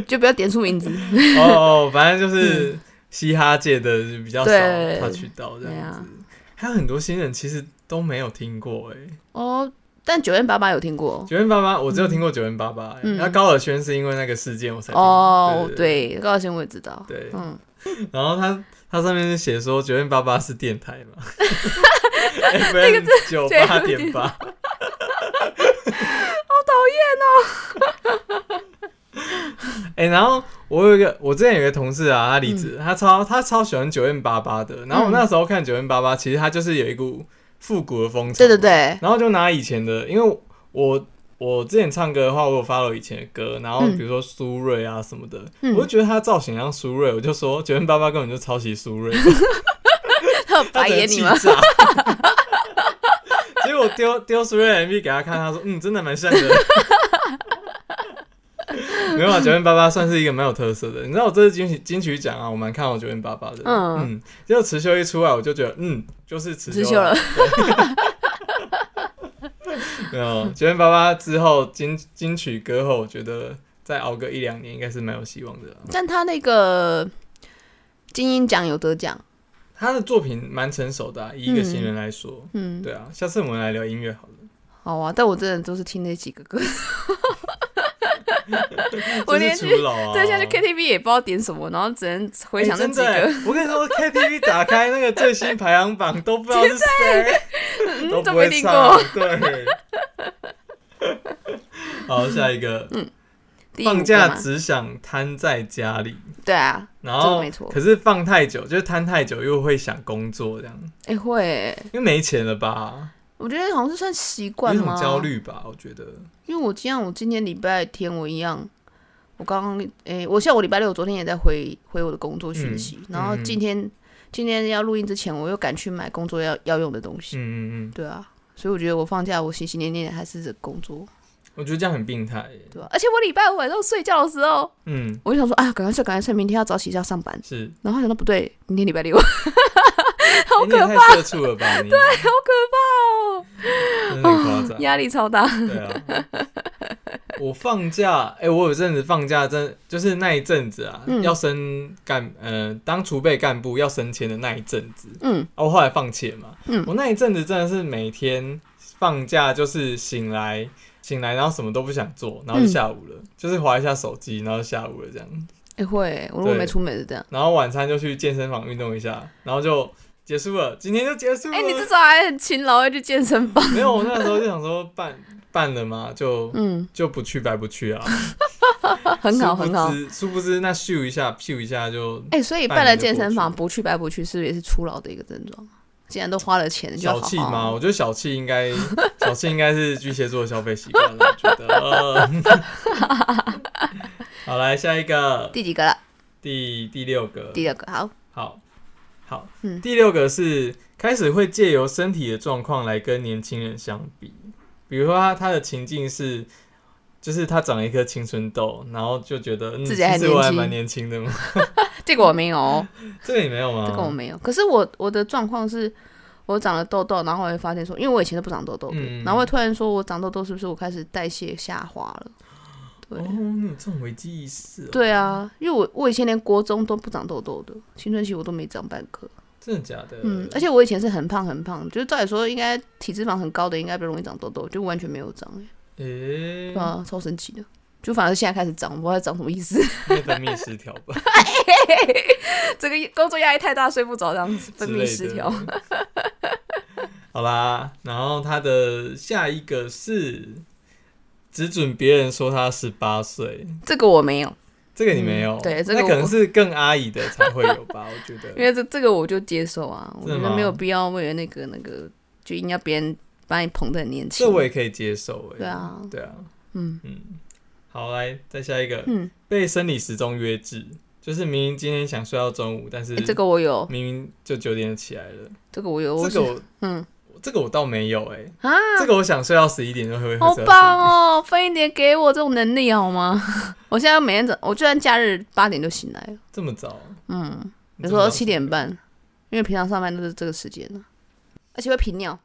Speaker 1: <laughs>
Speaker 2: 就不要点出名字。
Speaker 1: 哦哦，反正就是嘻哈界的就比较少
Speaker 2: 嗯对
Speaker 1: 他渠道这
Speaker 2: 对
Speaker 1: 样
Speaker 2: 啊
Speaker 1: 子。还有很多新人其实都没有听过哎、
Speaker 2: 哦，但九零八八有听过。
Speaker 1: 九零八八我只有听过九零八八，
Speaker 2: 哦嗯
Speaker 1: 然后高尔宣是因为那个事件我才听
Speaker 2: 哦，
Speaker 1: 对
Speaker 2: 对，高晓轩我也知道。
Speaker 1: 对，
Speaker 2: 嗯，
Speaker 1: 然后他他上面是写说九零八八是电台嘛，FM 九八点八， <laughs>
Speaker 2: 哦
Speaker 1: 哎、然后我有一个，我之前有一个同事啊，他离职，他超他超喜欢九零八八的。然后我那时候看九零八八，其实他就是有一股复古的风潮。
Speaker 2: 对对。对，
Speaker 1: 然后就拿以前的，因为我我之前唱歌的话，我有 follow 以前的歌，然后
Speaker 2: 嗯
Speaker 1: 比如说苏芮啊什么的，
Speaker 2: 嗯
Speaker 1: 我就觉得他造型像苏芮，我就说九零八八根本就抄袭苏芮，
Speaker 2: 他有
Speaker 1: <laughs> 他
Speaker 2: 白
Speaker 1: 整个
Speaker 2: 眼
Speaker 1: 气
Speaker 2: 你吗？
Speaker 1: 炸。结果丢丢苏芮的 MV 给他看，他说嗯，真的蛮像的。 <laughs> 没有啊，九零八八算是一个蛮有特色的。你知道我这次金曲金曲奖啊，我蛮看好九零八八的。
Speaker 2: 嗯
Speaker 1: 嗯，结果辞修一出来，我就觉得嗯，就是辞
Speaker 2: 知
Speaker 1: 修
Speaker 2: 秀了。
Speaker 1: 没有九零八八之后金金曲歌后，我觉得再熬个一两年，应该是蛮有希望的啦。
Speaker 2: 但他那个金鹰奖有得奖，
Speaker 1: 他的作品蛮成熟的、啊，以一个新人来说，
Speaker 2: 嗯，
Speaker 1: 对啊。下次我们来聊音乐好了。
Speaker 2: 好啊，但我真的都是听那几个
Speaker 1: <laughs>
Speaker 2: 歌，我
Speaker 1: 真
Speaker 2: 连
Speaker 1: 是
Speaker 2: 去
Speaker 1: 初老啊，
Speaker 2: 对，现在去 KTV 也不知道点什么，然后只能回想
Speaker 1: 欸真
Speaker 2: 那几
Speaker 1: 的
Speaker 2: 个，
Speaker 1: 欸。我跟你
Speaker 2: <laughs>
Speaker 1: 说，KTV 打开那个最新排行榜都不知道是谁，都
Speaker 2: 嗯
Speaker 1: 不
Speaker 2: 都没
Speaker 1: 会
Speaker 2: 听
Speaker 1: 唱
Speaker 2: 过。。
Speaker 1: 对。 <laughs> 好，下一个，
Speaker 2: 第五
Speaker 1: 放
Speaker 2: 个
Speaker 1: 假
Speaker 2: 嘛
Speaker 1: 只想瘫在家里，
Speaker 2: 对啊，
Speaker 1: 然
Speaker 2: 这个
Speaker 1: 后
Speaker 2: 没错
Speaker 1: 可是放太久，就是瘫太久又会想工作这样，
Speaker 2: 哎、会欸、
Speaker 1: 因为没钱了吧，
Speaker 2: 我觉得好像是算习
Speaker 1: 有
Speaker 2: 惯
Speaker 1: 一
Speaker 2: 吗？
Speaker 1: 种焦，虑吧，我觉得。
Speaker 2: 因为我像我今天礼拜天我一样，我刚刚哎，我像我礼拜六我昨天也在回回我的工作讯息，
Speaker 1: 嗯
Speaker 2: 然后
Speaker 1: 嗯嗯
Speaker 2: 今天、今天要录音之前，我又赶去买工作要要用的东西，
Speaker 1: 嗯嗯嗯，
Speaker 2: 对啊，所以我觉得我放假我心心念念还是这个工作，
Speaker 1: 我觉得这样很病态欸。
Speaker 2: 对吧、而且我礼拜五晚上睡觉的时候，
Speaker 1: 嗯，
Speaker 2: 我就想说，哎呀，赶快睡，赶快睡，明天要早起要上班。 <laughs>
Speaker 1: 是，
Speaker 2: 然后想到不对，明天礼
Speaker 1: <laughs>
Speaker 2: 拜六，
Speaker 1: 好可怕，你也太社畜了吧？你对，
Speaker 2: 好
Speaker 1: 真的很夸
Speaker 2: <laughs> 可怕哦，
Speaker 1: 张。
Speaker 2: 哦压力超大。
Speaker 1: 对啊，我放假，哎、我有一阵子放假，真就是那一阵子啊，
Speaker 2: 嗯
Speaker 1: 要升干，呃，当储备干部要升迁的那一阵子，
Speaker 2: 嗯，
Speaker 1: 啊，我后来放弃了嘛。
Speaker 2: 嗯
Speaker 1: 我那一阵子真的是每天放假就是醒来，醒来然后什么都不想做，然后就
Speaker 2: 嗯
Speaker 1: 下午了，就是划一下手机，然后下午了这样，
Speaker 2: 哎、会欸，我如果
Speaker 1: 对
Speaker 2: 没出门是这样。
Speaker 1: 然后晚餐就去健身房运动一下，然后就结束了，今天就结束了。
Speaker 2: 哎、你至少还很勤劳，会去健身房。
Speaker 1: 没有，我那时候就想说办办了嘛，就
Speaker 2: 嗯，
Speaker 1: 就不去白不去啊。
Speaker 2: 很好，
Speaker 1: 殊不
Speaker 2: 很好。
Speaker 1: 知殊不知那咻一下咻一下就
Speaker 2: 哎、所以
Speaker 1: 半
Speaker 2: 办了
Speaker 1: 年就
Speaker 2: 健
Speaker 1: 过
Speaker 2: 身
Speaker 1: 去
Speaker 2: 房
Speaker 1: 了
Speaker 2: 不去白不去，是不是也是初老的一个症状？既然都花了钱，就要
Speaker 1: 小
Speaker 2: 好
Speaker 1: 气
Speaker 2: 好
Speaker 1: 吗？我觉得小气应该 <laughs> 小气应该是巨蟹座的消费习惯了，我觉得。
Speaker 2: <laughs>
Speaker 1: 呃好，来下一个
Speaker 2: 第几个了？
Speaker 1: 第第六个，
Speaker 2: 第六个，好，
Speaker 1: 好好，
Speaker 2: 嗯
Speaker 1: 第六个是开始会借由身体的状况来跟年轻人相比，比如说他他的情境是。就是他长了一颗青春痘，然后就觉得，嗯，
Speaker 2: 自己还
Speaker 1: 其实我还
Speaker 2: 年轻
Speaker 1: 蛮年轻的嘛。哦
Speaker 2: 这个我没有哦，
Speaker 1: 这个你没有吗？
Speaker 2: 这个我没有。可是我我的状况是，我长了痘痘，然后我会发现说，因为我以前都不长痘痘的，
Speaker 1: 嗯
Speaker 2: 然后会突然说我长痘痘，是不是我开始代谢下滑了？对、
Speaker 1: 哦，你有这种危机意识、哦？
Speaker 2: 对啊，因为我我以前连国中都不长痘痘的，青春期我都没长半颗。
Speaker 1: 真的假的？
Speaker 2: 嗯，而且我以前是很胖很胖，就是照理说应该体脂肪很高的，应该比较容易长痘痘，就完全没有长、欸，
Speaker 1: 嗯诶、
Speaker 2: 对啊，超神奇的。就反而现在开始长，我不知道它长什么意思。 <laughs>
Speaker 1: 内分泌失调吧，
Speaker 2: 整个工作压力太大，睡不着，这样子分
Speaker 1: 之类
Speaker 2: 泌
Speaker 1: 的
Speaker 2: 失调。。
Speaker 1: <laughs> 好啦，然后他的下一个是只准别人说他十八岁，
Speaker 2: 这个我没有，
Speaker 1: 这个你没有，
Speaker 2: 嗯对这个
Speaker 1: 那
Speaker 2: 我
Speaker 1: 可能是更阿姨的才会有
Speaker 2: <laughs>
Speaker 1: 吧，我觉
Speaker 2: 因
Speaker 1: 得。
Speaker 2: 为这这个我就接受啊，我
Speaker 1: 真的
Speaker 2: 觉
Speaker 1: 吗
Speaker 2: 得没有必要为了那个那个，就硬要别人把你捧得很年轻。
Speaker 1: 这我也可以接受、诶。
Speaker 2: 对，啊，
Speaker 1: 对啊，
Speaker 2: 嗯
Speaker 1: 嗯，好，来再下一个，
Speaker 2: 嗯，
Speaker 1: 被生理时钟约制，就是明明今天想睡到中午，但是
Speaker 2: 诶这个我有，
Speaker 1: 明明就九点就起来了，
Speaker 2: 这个我有，我
Speaker 1: 这个
Speaker 2: 是
Speaker 1: 我
Speaker 2: 嗯
Speaker 1: 这个我倒没有哎、
Speaker 2: 啊，
Speaker 1: 这个我想睡到十一点就会会
Speaker 2: 好
Speaker 1: 睡到
Speaker 2: 棒哦，分一点给我这种能力好吗？ <laughs> 我现在每天早，我就算假日八点就醒来了，
Speaker 1: 11这么早？
Speaker 2: 嗯，
Speaker 1: 你
Speaker 2: 有
Speaker 1: 这
Speaker 2: 时
Speaker 1: 么
Speaker 2: 候
Speaker 1: 早
Speaker 2: 七点半，因为平常上班都是这个时间呢，而且会频尿， <laughs>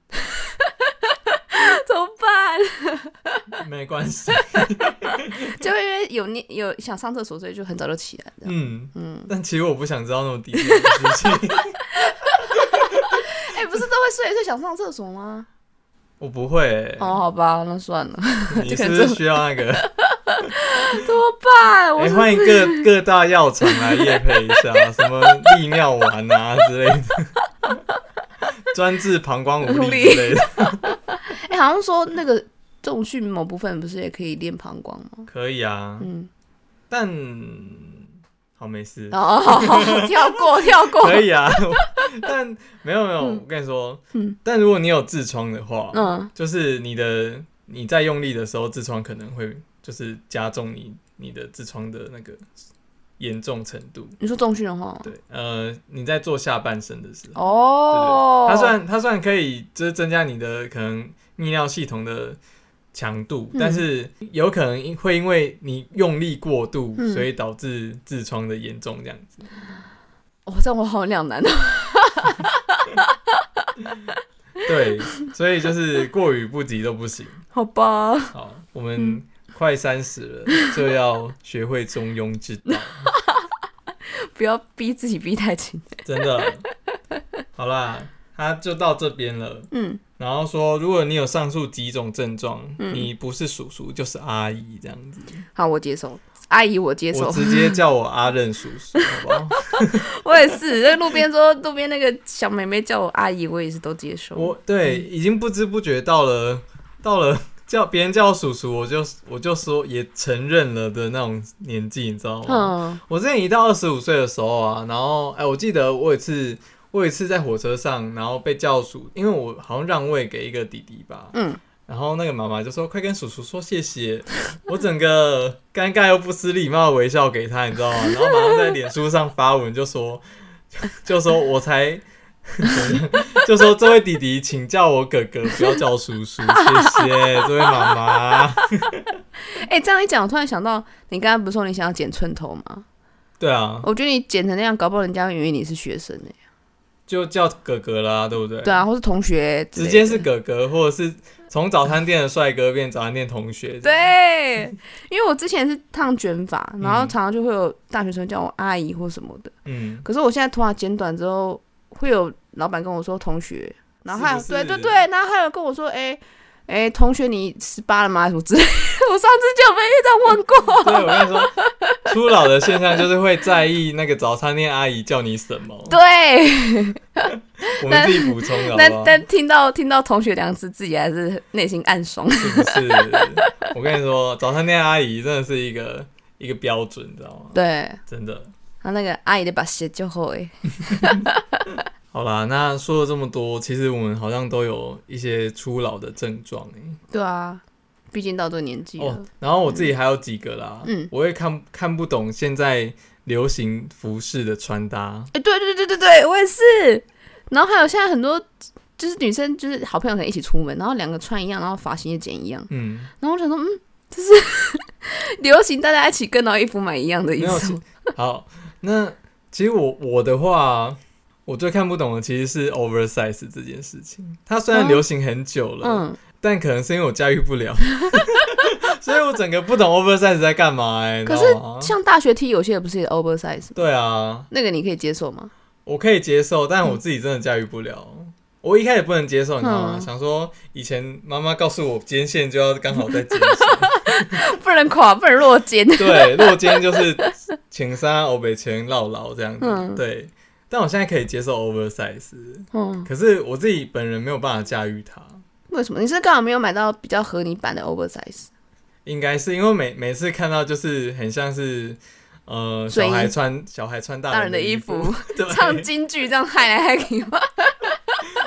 Speaker 2: 怎么办？ <laughs>
Speaker 1: 没关系，
Speaker 2: 就会因为有念有想上厕所，所以就很早就起来
Speaker 1: <laughs>
Speaker 2: 这样。
Speaker 1: 嗯
Speaker 2: 嗯，
Speaker 1: 但其实我不想知道那么低调的事情，
Speaker 2: <laughs> 哎、不 <laughs> 是都会睡一睡想上厕所吗？
Speaker 1: 我不会、欸。
Speaker 2: 哦，好吧，那算
Speaker 1: <laughs>
Speaker 2: 了。
Speaker 1: 你是
Speaker 2: 这个
Speaker 1: 不
Speaker 2: 真
Speaker 1: 是
Speaker 2: 的
Speaker 1: 需要那个？
Speaker 2: 怎么办？
Speaker 1: 哎、
Speaker 2: <laughs> 我是
Speaker 1: 欢迎各各大药厂来夜配一
Speaker 2: <laughs>
Speaker 1: 下，什么利尿丸啊之类的，
Speaker 2: <laughs>
Speaker 1: 专治膀胱无
Speaker 2: 无
Speaker 1: 力
Speaker 2: 力
Speaker 1: 之类的，
Speaker 2: 哎、好像说那个重训某部分不是也可以练膀胱吗？
Speaker 1: 可以啊。
Speaker 2: 嗯，
Speaker 1: 但好没事，
Speaker 2: 哦，好好好跳
Speaker 1: <laughs>
Speaker 2: 过跳过。
Speaker 1: 可以
Speaker 2: <laughs>
Speaker 1: 啊。但没有没有，我跟你说，
Speaker 2: 嗯
Speaker 1: 但如果你有痔疮的话，
Speaker 2: 嗯，
Speaker 1: 就是你的你在用力的时候，痔疮可能会就是加重你你的痔疮的那个严重程度。
Speaker 2: 你说重训的话吗，
Speaker 1: 对，呃，你在做下半身的时候，
Speaker 2: 哦，
Speaker 1: 它虽然它虽然可以就是增加你的可能泌尿系统的强度，
Speaker 2: 嗯
Speaker 1: 但是有可能因会因为你用力过度，
Speaker 2: 嗯
Speaker 1: 所以导致痔疮的严重这样子。
Speaker 2: 哦，这样我好两难哦。
Speaker 1: <laughs> 对，所以就是过于不及都不行。
Speaker 2: 好吧， <laughs>
Speaker 1: 好，我们
Speaker 2: 嗯
Speaker 1: 快三十了，就要学会中庸之
Speaker 2: <laughs>
Speaker 1: 道，
Speaker 2: 不要逼自己逼太紧。
Speaker 1: 真的。好啦，他就到这边了。
Speaker 2: 嗯，
Speaker 1: 然后说，如果你有上述几种症状，你不是叔叔就是阿姨这样子。
Speaker 2: 好，我接受，阿姨我接受。
Speaker 1: 我直接叫我阿任叔叔，好不好？
Speaker 2: <laughs> 我也是，在路边说 <laughs> 路边那个小妹妹叫我阿姨，我也是都接受。
Speaker 1: 我对已经不知不觉到了到了叫别人叫我叔叔，我就我就说也承认了的那种年纪，你知道吗？
Speaker 2: 嗯
Speaker 1: 我之前一到二十五岁的时候啊，然后哎、我记得我有一次我有一次在火车上，然后被叫叔，因为我好像让位给一个弟弟吧，
Speaker 2: 嗯，
Speaker 1: 然后那个妈妈就说：“快跟叔叔说谢谢。”我整个尴尬又不失礼貌的微笑给他，你知道吗？然后马上在脸书上发文就说， <laughs> 就就说我才， <laughs> 就说这位弟弟，请叫我哥哥，不要叫叔叔，谢谢这位妈妈。
Speaker 2: 哎、这样一讲，我突然想到，你刚刚不是说你想要剪寸头吗？
Speaker 1: 对啊，
Speaker 2: 我觉得你剪成那样，搞不好人家会以为你是学生呢、
Speaker 1: 就叫哥哥啦，对不对？
Speaker 2: 对啊，或是同学之
Speaker 1: 直
Speaker 2: 类的
Speaker 1: 接是哥哥，或者是从早餐店的帅哥变早餐店同学。
Speaker 2: 对，因为我之前是烫卷发，然后常常就会有大学生叫我阿姨或什么的。
Speaker 1: 嗯，
Speaker 2: 可是我现在头发剪短之后，会有老板跟我说同学，然后还有
Speaker 1: 是不是
Speaker 2: 对对对，然后还有跟我说，哎、哎、同学你十八了吗？什么之类的。 <laughs> 我上次就有被这样
Speaker 1: <laughs>
Speaker 2: 问过。
Speaker 1: 所以我跟你说，初老的现象就是会在意那个早餐店阿姨叫你什么。
Speaker 2: 对，
Speaker 1: 我们自己补充的好啊
Speaker 2: 但
Speaker 1: 不好？
Speaker 2: 但听到听到同学两个字，自己还是内心暗爽。 <laughs>
Speaker 1: 是不是？我跟你说，早餐店阿姨真的是一个一个标准，你知道吗？
Speaker 2: 对，
Speaker 1: 真的。
Speaker 2: 他那个阿姨的把鞋就会，
Speaker 1: 好啦，那说了这么多，其实我们好像都有一些初老的症状哎、
Speaker 2: 对啊，毕竟到这个年纪了。
Speaker 1: 哦，然后我自己还有几个啦，
Speaker 2: 嗯，
Speaker 1: 我也看看不懂现在流行服饰的穿搭，
Speaker 2: 哎、对对对对对，我也是。然后还有现在很多就是女生，就是好朋友可能一起出门，然后两个穿一样，然后发型也剪一样。
Speaker 1: 嗯，
Speaker 2: 然后我想说，嗯，就是 <laughs> 流行大家一起跟，然后衣服买一样的意
Speaker 1: 没有
Speaker 2: 思吗。
Speaker 1: 好，那其实我我的话，我最看不懂的其实是 oversize 这件事情，它虽然
Speaker 2: 嗯
Speaker 1: 流行很久了，
Speaker 2: 嗯，
Speaker 1: 但可能是因为我驾驭不了， <laughs> 所以我整个不懂 oversize 在干嘛、欸，你知
Speaker 2: 可
Speaker 1: 道吗？
Speaker 2: 像大学 T 有些也不是也 oversize 吗？
Speaker 1: 对啊，
Speaker 2: 那个你可以接受吗？ <laughs>
Speaker 1: 我可以接受，但我自己真的驾驭不了。我一开始不能接受，你知道吗？
Speaker 2: 嗯
Speaker 1: 想说以前妈妈告诉我肩线就要刚好在肩线，
Speaker 2: 不能垮，不能落肩。
Speaker 1: 对，落肩就是前三欧北前绕牢这样子，
Speaker 2: 嗯
Speaker 1: 对。但我现在可以接受 oversize，
Speaker 2: <laughs> 嗯，
Speaker 1: 可是我自己本人没有办法驾驭它。
Speaker 2: 为什么？你是刚好没有买到比较合你版的 oversize？
Speaker 1: 应该是因为每每次看到就是很像是呃
Speaker 2: 睡衣
Speaker 1: 小孩穿小孩穿大
Speaker 2: 大人
Speaker 1: 的
Speaker 2: 的衣
Speaker 1: 服，
Speaker 2: 服，
Speaker 1: <laughs> 对，
Speaker 2: 唱京剧这样嗨来嗨去吗？ <laughs>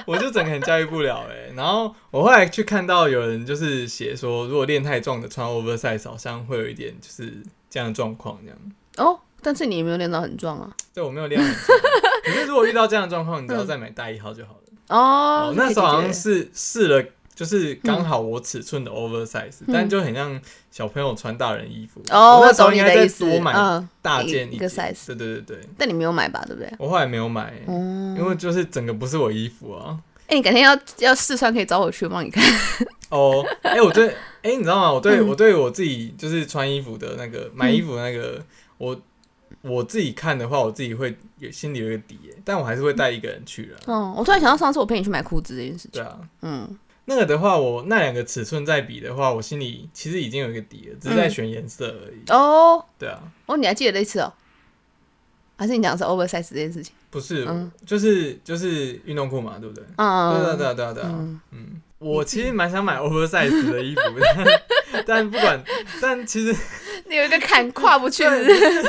Speaker 1: 我就整个很驾驭不了哎、然后我后来去看到有人就是写说，如果练太壮的穿 oversize 好像会有一点就是这样的状况这样。
Speaker 2: 哦，但是你也没有练到很壮啊。
Speaker 1: 对我没有练很
Speaker 2: <laughs>
Speaker 1: 壮，可是如果遇到这样的状况，你只要再买大一号就好了。
Speaker 2: 哦，
Speaker 1: 哦，
Speaker 2: 可以
Speaker 1: 那时候好像
Speaker 2: 解决
Speaker 1: 是试了。就是刚好我尺寸的 oversize，、
Speaker 2: 嗯
Speaker 1: 但就很像小朋友穿大人衣服。
Speaker 2: 哦，
Speaker 1: 我
Speaker 2: 我
Speaker 1: 那时候
Speaker 2: 懂你
Speaker 1: 应该
Speaker 2: 的
Speaker 1: 再
Speaker 2: 意思。
Speaker 1: 多买
Speaker 2: 嗯，
Speaker 1: 大
Speaker 2: 一
Speaker 1: 件
Speaker 2: 一
Speaker 1: 点
Speaker 2: 个 size
Speaker 1: 对对对对，
Speaker 2: 但你没有买吧？对不对？
Speaker 1: 我后来没有买，
Speaker 2: 哦，
Speaker 1: 因为就是整个不是我衣服啊。
Speaker 2: 哎、你改天要要试穿，可以找我去，我帮你 <laughs> 看。
Speaker 1: 哦，哎，我对， <laughs> 哎，你知道吗？我对
Speaker 2: 嗯
Speaker 1: 我对我自己就是穿衣服的那个买衣服的那个，我我自己看的话，我自己会有心里有一个底，哎但我还是会带一个人去啦。
Speaker 2: 哦，我突然想到上次我陪你去买裤子这件事
Speaker 1: 对
Speaker 2: 情。
Speaker 1: 啊，
Speaker 2: 嗯，
Speaker 1: 那个的话，我那两个尺寸在比的话，我心里其实已经有一个底了，只是在选颜色而已。
Speaker 2: 哦
Speaker 1: 对啊，
Speaker 2: 哦，你还记得那次哦？还是你讲的是 oversize 这件事情？
Speaker 1: 不是
Speaker 2: 嗯，
Speaker 1: 就是就是运动裤嘛，对不对？
Speaker 2: 嗯，
Speaker 1: 对啊，对啊，对啊，对啊。
Speaker 2: 嗯，
Speaker 1: 嗯，我其实蛮想买 oversize 的衣服，但 <laughs> 但不管，但其
Speaker 2: <laughs>
Speaker 1: 实
Speaker 2: 你有一个坎跨不去，是不是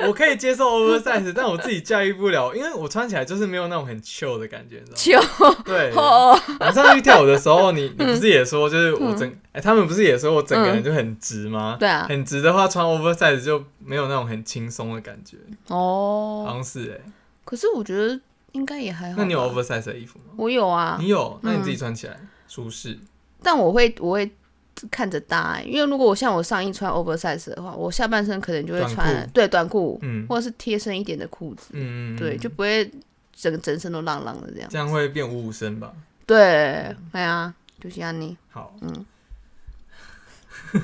Speaker 1: 对，我可以接受 oversize，但我自己驾驭不了，因为我穿起来就是没有那种很 chill 的感觉，你知道吗？
Speaker 2: 球。 <laughs>
Speaker 1: 对，
Speaker 2: 哦，
Speaker 1: <laughs> 我啊上次去跳舞的时候，你
Speaker 2: 嗯
Speaker 1: 你不是也说，就是我整，哎、他们不是也说我整个人就很直吗？
Speaker 2: 对啊，
Speaker 1: 很直的话，穿 oversize 就没有那种很轻松的感觉，好
Speaker 2: 哦，
Speaker 1: 像是哎、
Speaker 2: 可是我觉得应该也还好吧。
Speaker 1: 那你有 oversize 的衣服吗？
Speaker 2: 我有啊，
Speaker 1: 你有，那你自己穿起来、舒适。
Speaker 2: 但我会我会看着搭、欸，因为如果我像我上衣穿 oversize 的话，我下半身可能就会
Speaker 1: 短裤
Speaker 2: 穿对短裤、
Speaker 1: 嗯
Speaker 2: 或者是贴身一点的裤子，
Speaker 1: 嗯，
Speaker 2: 对，就不会整整身都浪浪的这样。
Speaker 1: 这样会变五五身吧。
Speaker 2: 嗯对，哎呀、就是安妮，
Speaker 1: 好，
Speaker 2: 嗯
Speaker 1: <laughs>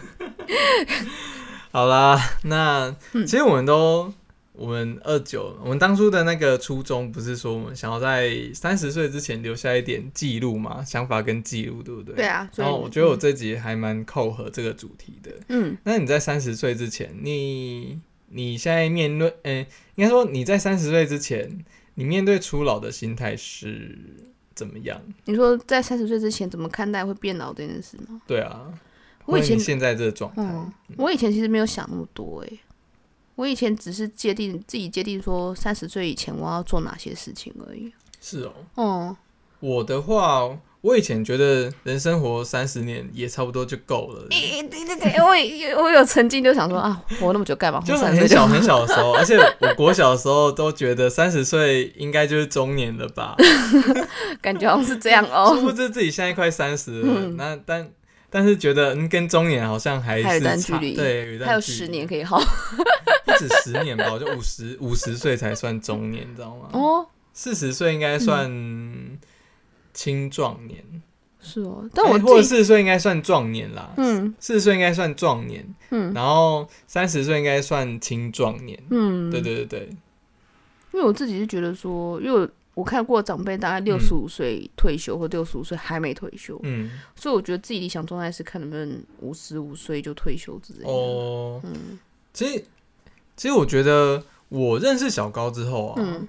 Speaker 1: 好啦，那
Speaker 2: 嗯
Speaker 1: 其实我们都，我们二九，我们当初的那个初衷不是说我们想要在三十岁之前留下一点记录嘛，想法跟记录，对不对？
Speaker 2: 对。啊，所以
Speaker 1: 然后我觉得我这集还蛮扣合这个主题的。
Speaker 2: 嗯，
Speaker 1: 那你在三十岁之前，你你现在面对，呃、应该说你在三十岁之前，你面对初老的心态是怎么样？
Speaker 2: 你说在三十岁之前怎么看待会变老这件事吗？
Speaker 1: 对啊，
Speaker 2: 我
Speaker 1: 或
Speaker 2: 以
Speaker 1: 者
Speaker 2: 前
Speaker 1: 你现在这个状态，
Speaker 2: 嗯，我以前其实没有想那么多诶、我以前只是界定自己界定说三十岁以前我要做哪些事情而已。
Speaker 1: 是哦。
Speaker 2: 哦、
Speaker 1: 我的话，我以前觉得人生活三十年也差不多就够了，
Speaker 2: 诶对对对，我也我有曾经就想说啊，活那么久干嘛？
Speaker 1: 就
Speaker 2: 活30
Speaker 1: 很
Speaker 2: 岁
Speaker 1: 小
Speaker 2: 好
Speaker 1: 很小的时候， <laughs> 而且我国小的时候都觉得三十岁应该就是中年了吧，
Speaker 2: 感觉好像是这样
Speaker 1: 殊
Speaker 2: 哦，
Speaker 1: 不知自己现在快三十了，
Speaker 2: 嗯
Speaker 1: 那但但是觉得嗯跟中年好像还
Speaker 2: 还有
Speaker 1: 是
Speaker 2: 一段
Speaker 1: 差，
Speaker 2: 距离
Speaker 1: 对， <laughs> 有一段
Speaker 2: 还有
Speaker 1: 距离
Speaker 2: 十年，可以好
Speaker 1: <laughs> 不止十年吧，我就五十五十岁才算中年，你知道吗？
Speaker 2: 哦，
Speaker 1: 四十岁应该算青壮年，
Speaker 2: 是哦，但我
Speaker 1: 哎或者
Speaker 2: 自己、
Speaker 1: 四十岁应该算壮年啦，
Speaker 2: 嗯
Speaker 1: 四十岁应该算壮年，
Speaker 2: 嗯
Speaker 1: 然后三十岁应该算青壮年。
Speaker 2: 嗯，
Speaker 1: 对对对对，
Speaker 2: 因为我自己是觉得说，因为我我看过长辈大概六十五岁退休或六十五岁还没退休，
Speaker 1: 嗯，
Speaker 2: 所以我觉得自己理想状态是看能不能五十五岁就退休之类的。
Speaker 1: 哦，
Speaker 2: 嗯
Speaker 1: 其实其实我觉得我认识小高之后啊，
Speaker 2: 嗯，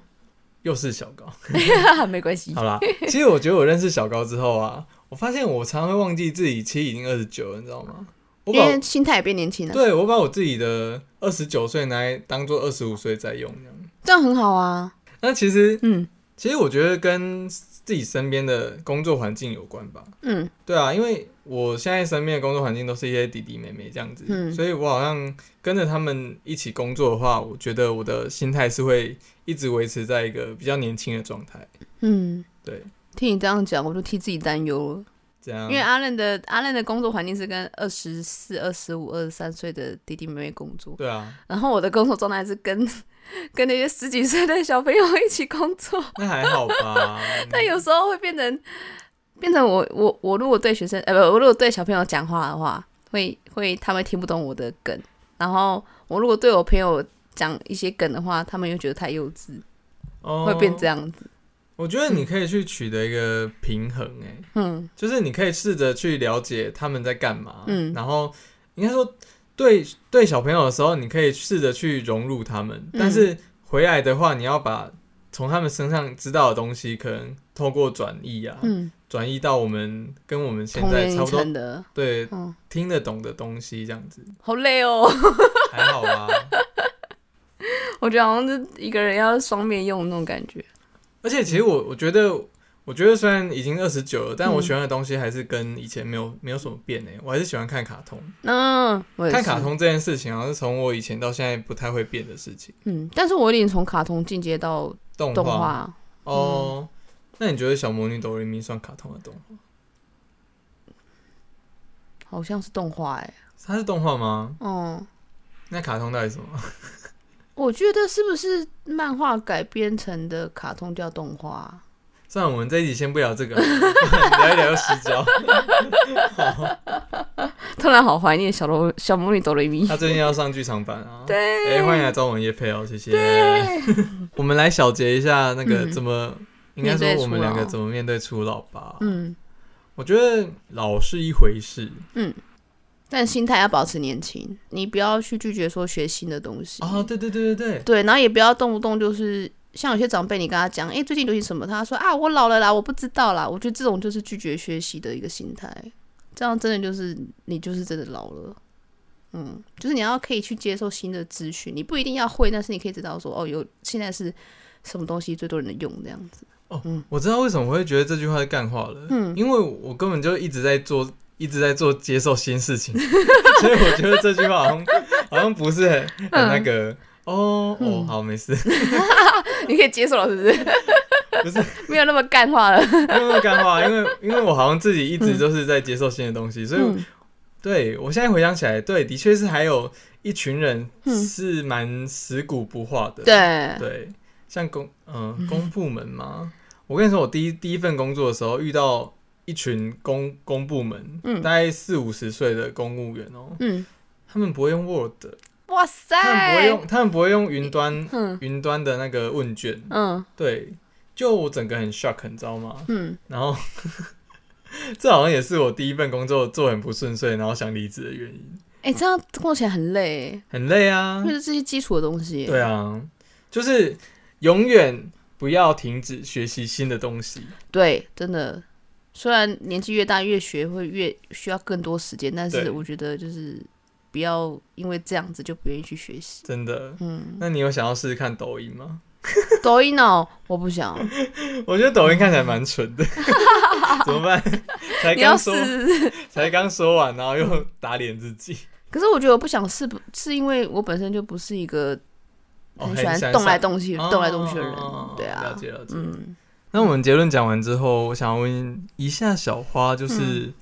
Speaker 1: 又是小高，
Speaker 2: <laughs> 没关系。
Speaker 1: 好啦，其实我觉得我认识小高之后啊，我发现我常常会忘记自己其实已经二十九了，你知道吗？我
Speaker 2: 因
Speaker 1: 把
Speaker 2: 为心态也变年轻了，
Speaker 1: 对我把我自己的二十九岁拿来当做二十五岁在用这样。
Speaker 2: 这样很好啊。
Speaker 1: 那其实
Speaker 2: 嗯
Speaker 1: 其实我觉得跟自己身边的工作环境有关吧。
Speaker 2: 嗯
Speaker 1: 对啊，因为我现在身边的工作环境都是一些弟弟妹妹这样子，
Speaker 2: 嗯
Speaker 1: 所以我好像跟着他们一起工作的话，我觉得我的心态是会一直维持在一个比较年轻的状态。
Speaker 2: 嗯，
Speaker 1: 对，
Speaker 2: 听你这样讲，我就替自己担忧了。
Speaker 1: 这样
Speaker 2: 因为阿任的阿任的工作环境是跟二十四、二十五、二十三岁的弟弟妹妹工作，
Speaker 1: 对啊，
Speaker 2: 然后我的工作状态是跟 <laughs> 跟那些十几岁的小朋友一起工作，
Speaker 1: 那还好吧。
Speaker 2: 但有时候会变成变成我我我如果对学生呃不，我如果对小朋友讲话的话，会会他们听不懂我的梗，然后我如果对我朋友讲一些梗的话，他们又觉得太幼稚，
Speaker 1: 哦
Speaker 2: <laughs> 会变这样子。
Speaker 1: 我觉得你可以去取得一个平衡、欸，哎，
Speaker 2: 嗯
Speaker 1: 就是你可以试着去了解他们在干嘛，
Speaker 2: 嗯
Speaker 1: 然后应该说对对小朋友的时候，你可以试着去融入他们，
Speaker 2: 嗯
Speaker 1: 但是回来的话，你要把从他们身上知道的东西，可能透过转译啊，
Speaker 2: 嗯，
Speaker 1: 转译到我们跟我们现
Speaker 2: 同
Speaker 1: 在
Speaker 2: 年
Speaker 1: 差
Speaker 2: 龄
Speaker 1: 不多
Speaker 2: 层的，
Speaker 1: 对
Speaker 2: 嗯，
Speaker 1: 听得懂的东西，这样子
Speaker 2: 好累哦，
Speaker 1: 还好啊。 <laughs>
Speaker 2: 我觉得好像是一个人要双面用那种感觉。
Speaker 1: 而且其实我我觉得。我觉得虽然已经二十九了，但我
Speaker 2: 嗯
Speaker 1: 喜欢的东西还是跟以前没有没有什么变诶、欸我还是喜欢看卡通。
Speaker 2: 嗯，我也
Speaker 1: 看
Speaker 2: 是
Speaker 1: 卡，通这件事情，好像是从我以前到现在不太会变的事情。
Speaker 2: 嗯，但是我有点从卡通进阶到
Speaker 1: 动
Speaker 2: 动
Speaker 1: 画
Speaker 2: 画，嗯
Speaker 1: 哦，那你觉得《小魔女哆瑞咪》算卡通的动画？
Speaker 2: 好像是动画哎、
Speaker 1: 它是动画吗？
Speaker 2: 嗯。
Speaker 1: 那卡通到底是什么？ <laughs>
Speaker 2: 我觉得是不是漫画改编成的卡通叫动画 <laughs> 啊？
Speaker 1: 算了，我们这一集先不聊这
Speaker 2: <laughs>
Speaker 1: 个，聊一聊又失焦。
Speaker 2: 突然好怀念小罗小魔女哆瑞咪。
Speaker 1: 他最近要上剧场版啊！
Speaker 2: <laughs>
Speaker 1: 对，哎、欢迎来找我们叶配哦，谢谢。 <laughs> 我们来小结一下那个
Speaker 2: 嗯
Speaker 1: 怎么，应该说
Speaker 2: 面对
Speaker 1: 我们
Speaker 2: 初老
Speaker 1: 两个怎么面对初老吧。
Speaker 2: 嗯，
Speaker 1: 我觉得老是一回事
Speaker 2: 但心态要保持年轻，你不要去拒绝说学新的东西。
Speaker 1: 哦，对对对对对，
Speaker 2: 对，然后也不要动不动就是像有些长辈，你跟他讲，哎、最近流行什么，他说啊，我老了啦，我不知道啦。我觉得这种就是拒绝学习的一个心态，这样真的就是你就是真的老了。嗯，就是你要可以去接受新的资讯，你不一定要会，但是你可以知道说，哦，有现在是什么东西最多人用这样子。
Speaker 1: 我知道为什么我会觉得这句话是干话了，
Speaker 2: 嗯
Speaker 1: 因为我根本就一直在做，一直在做接受新事情， <laughs> 所以我觉得这句话好像好像不是很很
Speaker 2: 嗯
Speaker 1: 那个。哦哦，好，没事，
Speaker 2: <laughs> 你可以接受了，是不是？
Speaker 1: 不是
Speaker 2: 没有那么干话了。
Speaker 1: 没有干话，因为因为我好像自己一直都是在接受新的东西，所以我、
Speaker 2: 嗯
Speaker 1: 对我现在回想起来，对，的确是还有一群人
Speaker 2: 嗯
Speaker 1: 是蛮死骨不化的，
Speaker 2: 对，
Speaker 1: 对，像公嗯、公部门嘛，我跟你说，我第一第一份工作的时候遇到一群公公部门，
Speaker 2: 嗯
Speaker 1: 大概四五十岁的公务员哦、
Speaker 2: 嗯
Speaker 1: 他们不会用 Word，他们不
Speaker 2: 哇
Speaker 1: 会
Speaker 2: 塞，
Speaker 1: 用，他们不会用云端
Speaker 2: 嗯
Speaker 1: 云端的那个问卷。
Speaker 2: 嗯
Speaker 1: 对，就我整个很 shock，你知道吗？
Speaker 2: 嗯，
Speaker 1: 然后 <laughs> 这好像也是我第一份工作做很不顺遂，然后想离职的原因。
Speaker 2: 哎、这样做起来很累欸，
Speaker 1: 很累啊
Speaker 2: 因为，这是一些基础的东西。
Speaker 1: 对啊，就是永远不要停止学习新的东西。
Speaker 2: 对，真的，虽然年纪越大越学会越需要更多时间，但
Speaker 1: 对
Speaker 2: 是我觉得就是不要因为这样子就不愿意去学习。
Speaker 1: 真的，
Speaker 2: 嗯，
Speaker 1: 那你有想要试试看抖音吗？ <laughs>
Speaker 2: 抖音哦，我不想，
Speaker 1: 我觉得抖音看起来蛮
Speaker 2: <laughs>
Speaker 1: 蠢的，怎么办？才
Speaker 2: 你
Speaker 1: 哎
Speaker 2: 要
Speaker 1: 刚
Speaker 2: 试
Speaker 1: 说，
Speaker 2: 是不是？
Speaker 1: 才刚说完，然后又打脸自己。
Speaker 2: 可是我觉得我不想试，不是因为我本身就不是一个
Speaker 1: 哦
Speaker 2: 很喜欢
Speaker 1: 很喜欢
Speaker 2: 动来
Speaker 1: 上
Speaker 2: 动去、
Speaker 1: 哦
Speaker 2: 动来动去的人
Speaker 1: 哦哦哦。
Speaker 2: 对
Speaker 1: 了
Speaker 2: 啊，
Speaker 1: 解了解。
Speaker 2: 嗯，
Speaker 1: 那我们结论讲完之后，我想问一下小花，
Speaker 2: 嗯
Speaker 1: 就是、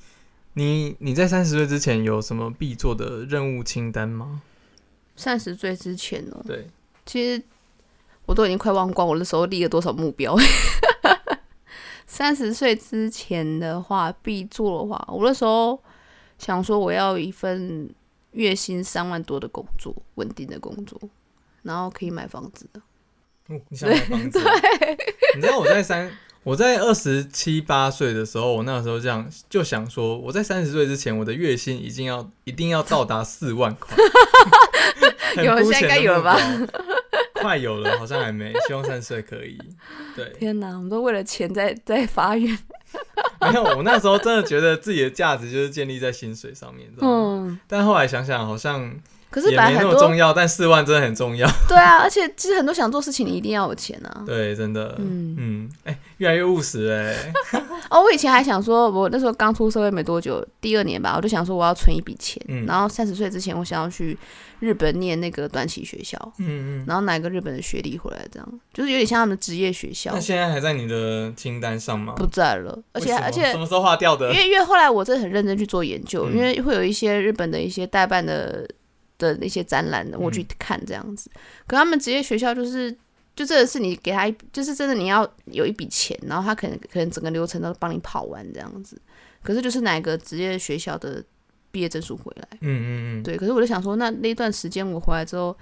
Speaker 1: 你你在三十岁之前有什么必做的任务清单吗？
Speaker 2: 三十岁之前哦，
Speaker 1: 对，
Speaker 2: 其实我都已经快忘光我那时候立了多少目标。 <laughs> 三十岁之前的话，必做的话，我那时候想说我要一份月薪三万多的工作，稳定的工作，然后可以买房子的。
Speaker 1: 哦你想买房子？你知道我在三，我在二十七八岁的时候，我那个时候这样就想说，我在三十岁之前，我的月薪一定要一定要到达四万
Speaker 2: <laughs>
Speaker 1: 块。很
Speaker 2: 有
Speaker 1: 肤
Speaker 2: 现在
Speaker 1: 浅的
Speaker 2: 应该有了吧
Speaker 1: 目标？快有了，好像还没，希望三十岁可以。对，
Speaker 2: 天哪，我们都为了钱在在发愿。
Speaker 1: 没有，我那时候真的觉得自己的价值就是建立在薪水上面，你知道吗？
Speaker 2: 嗯，
Speaker 1: 但后来想想，好像
Speaker 2: 可是
Speaker 1: 啊也
Speaker 2: 本来
Speaker 1: 没那
Speaker 2: 很
Speaker 1: 么
Speaker 2: 多
Speaker 1: 重要，但四万真的很重要。
Speaker 2: 对啊，而且其实很多想做事情，你一定要有钱啊。
Speaker 1: 对，真的，
Speaker 2: 嗯
Speaker 1: 嗯，哎、越来越务实哎、
Speaker 2: 哦，我以前还想说，我那时候刚出社会没多久，第二年吧，我就想说我要存一笔钱，
Speaker 1: 嗯
Speaker 2: 然后三十岁之前我想要去日本念那个短期学校，
Speaker 1: 嗯嗯。
Speaker 2: 然后拿一个日本的学历回来，这样就是有点像他们的职业学校
Speaker 1: 那，现在还在你的清单上吗？
Speaker 2: 不在了，而且
Speaker 1: 为什么
Speaker 2: 而
Speaker 1: 什
Speaker 2: 且。
Speaker 1: 么时候划掉
Speaker 2: 因
Speaker 1: 的？
Speaker 2: 为因为后来我真的很认真去做研究，
Speaker 1: 嗯
Speaker 2: 因为会有一些日本的一些代办的的那些展览的，我
Speaker 1: 嗯
Speaker 2: 去看这样子。可他们职业学校就是，就真的是你给他一，就是真的你要有一笔钱，然后他可能可能整个流程都帮你跑完这样子。可是就是哪个职业学校的毕业证书回来，
Speaker 1: 嗯嗯嗯，
Speaker 2: 对。可是我就想说，那那段时间我回来之后，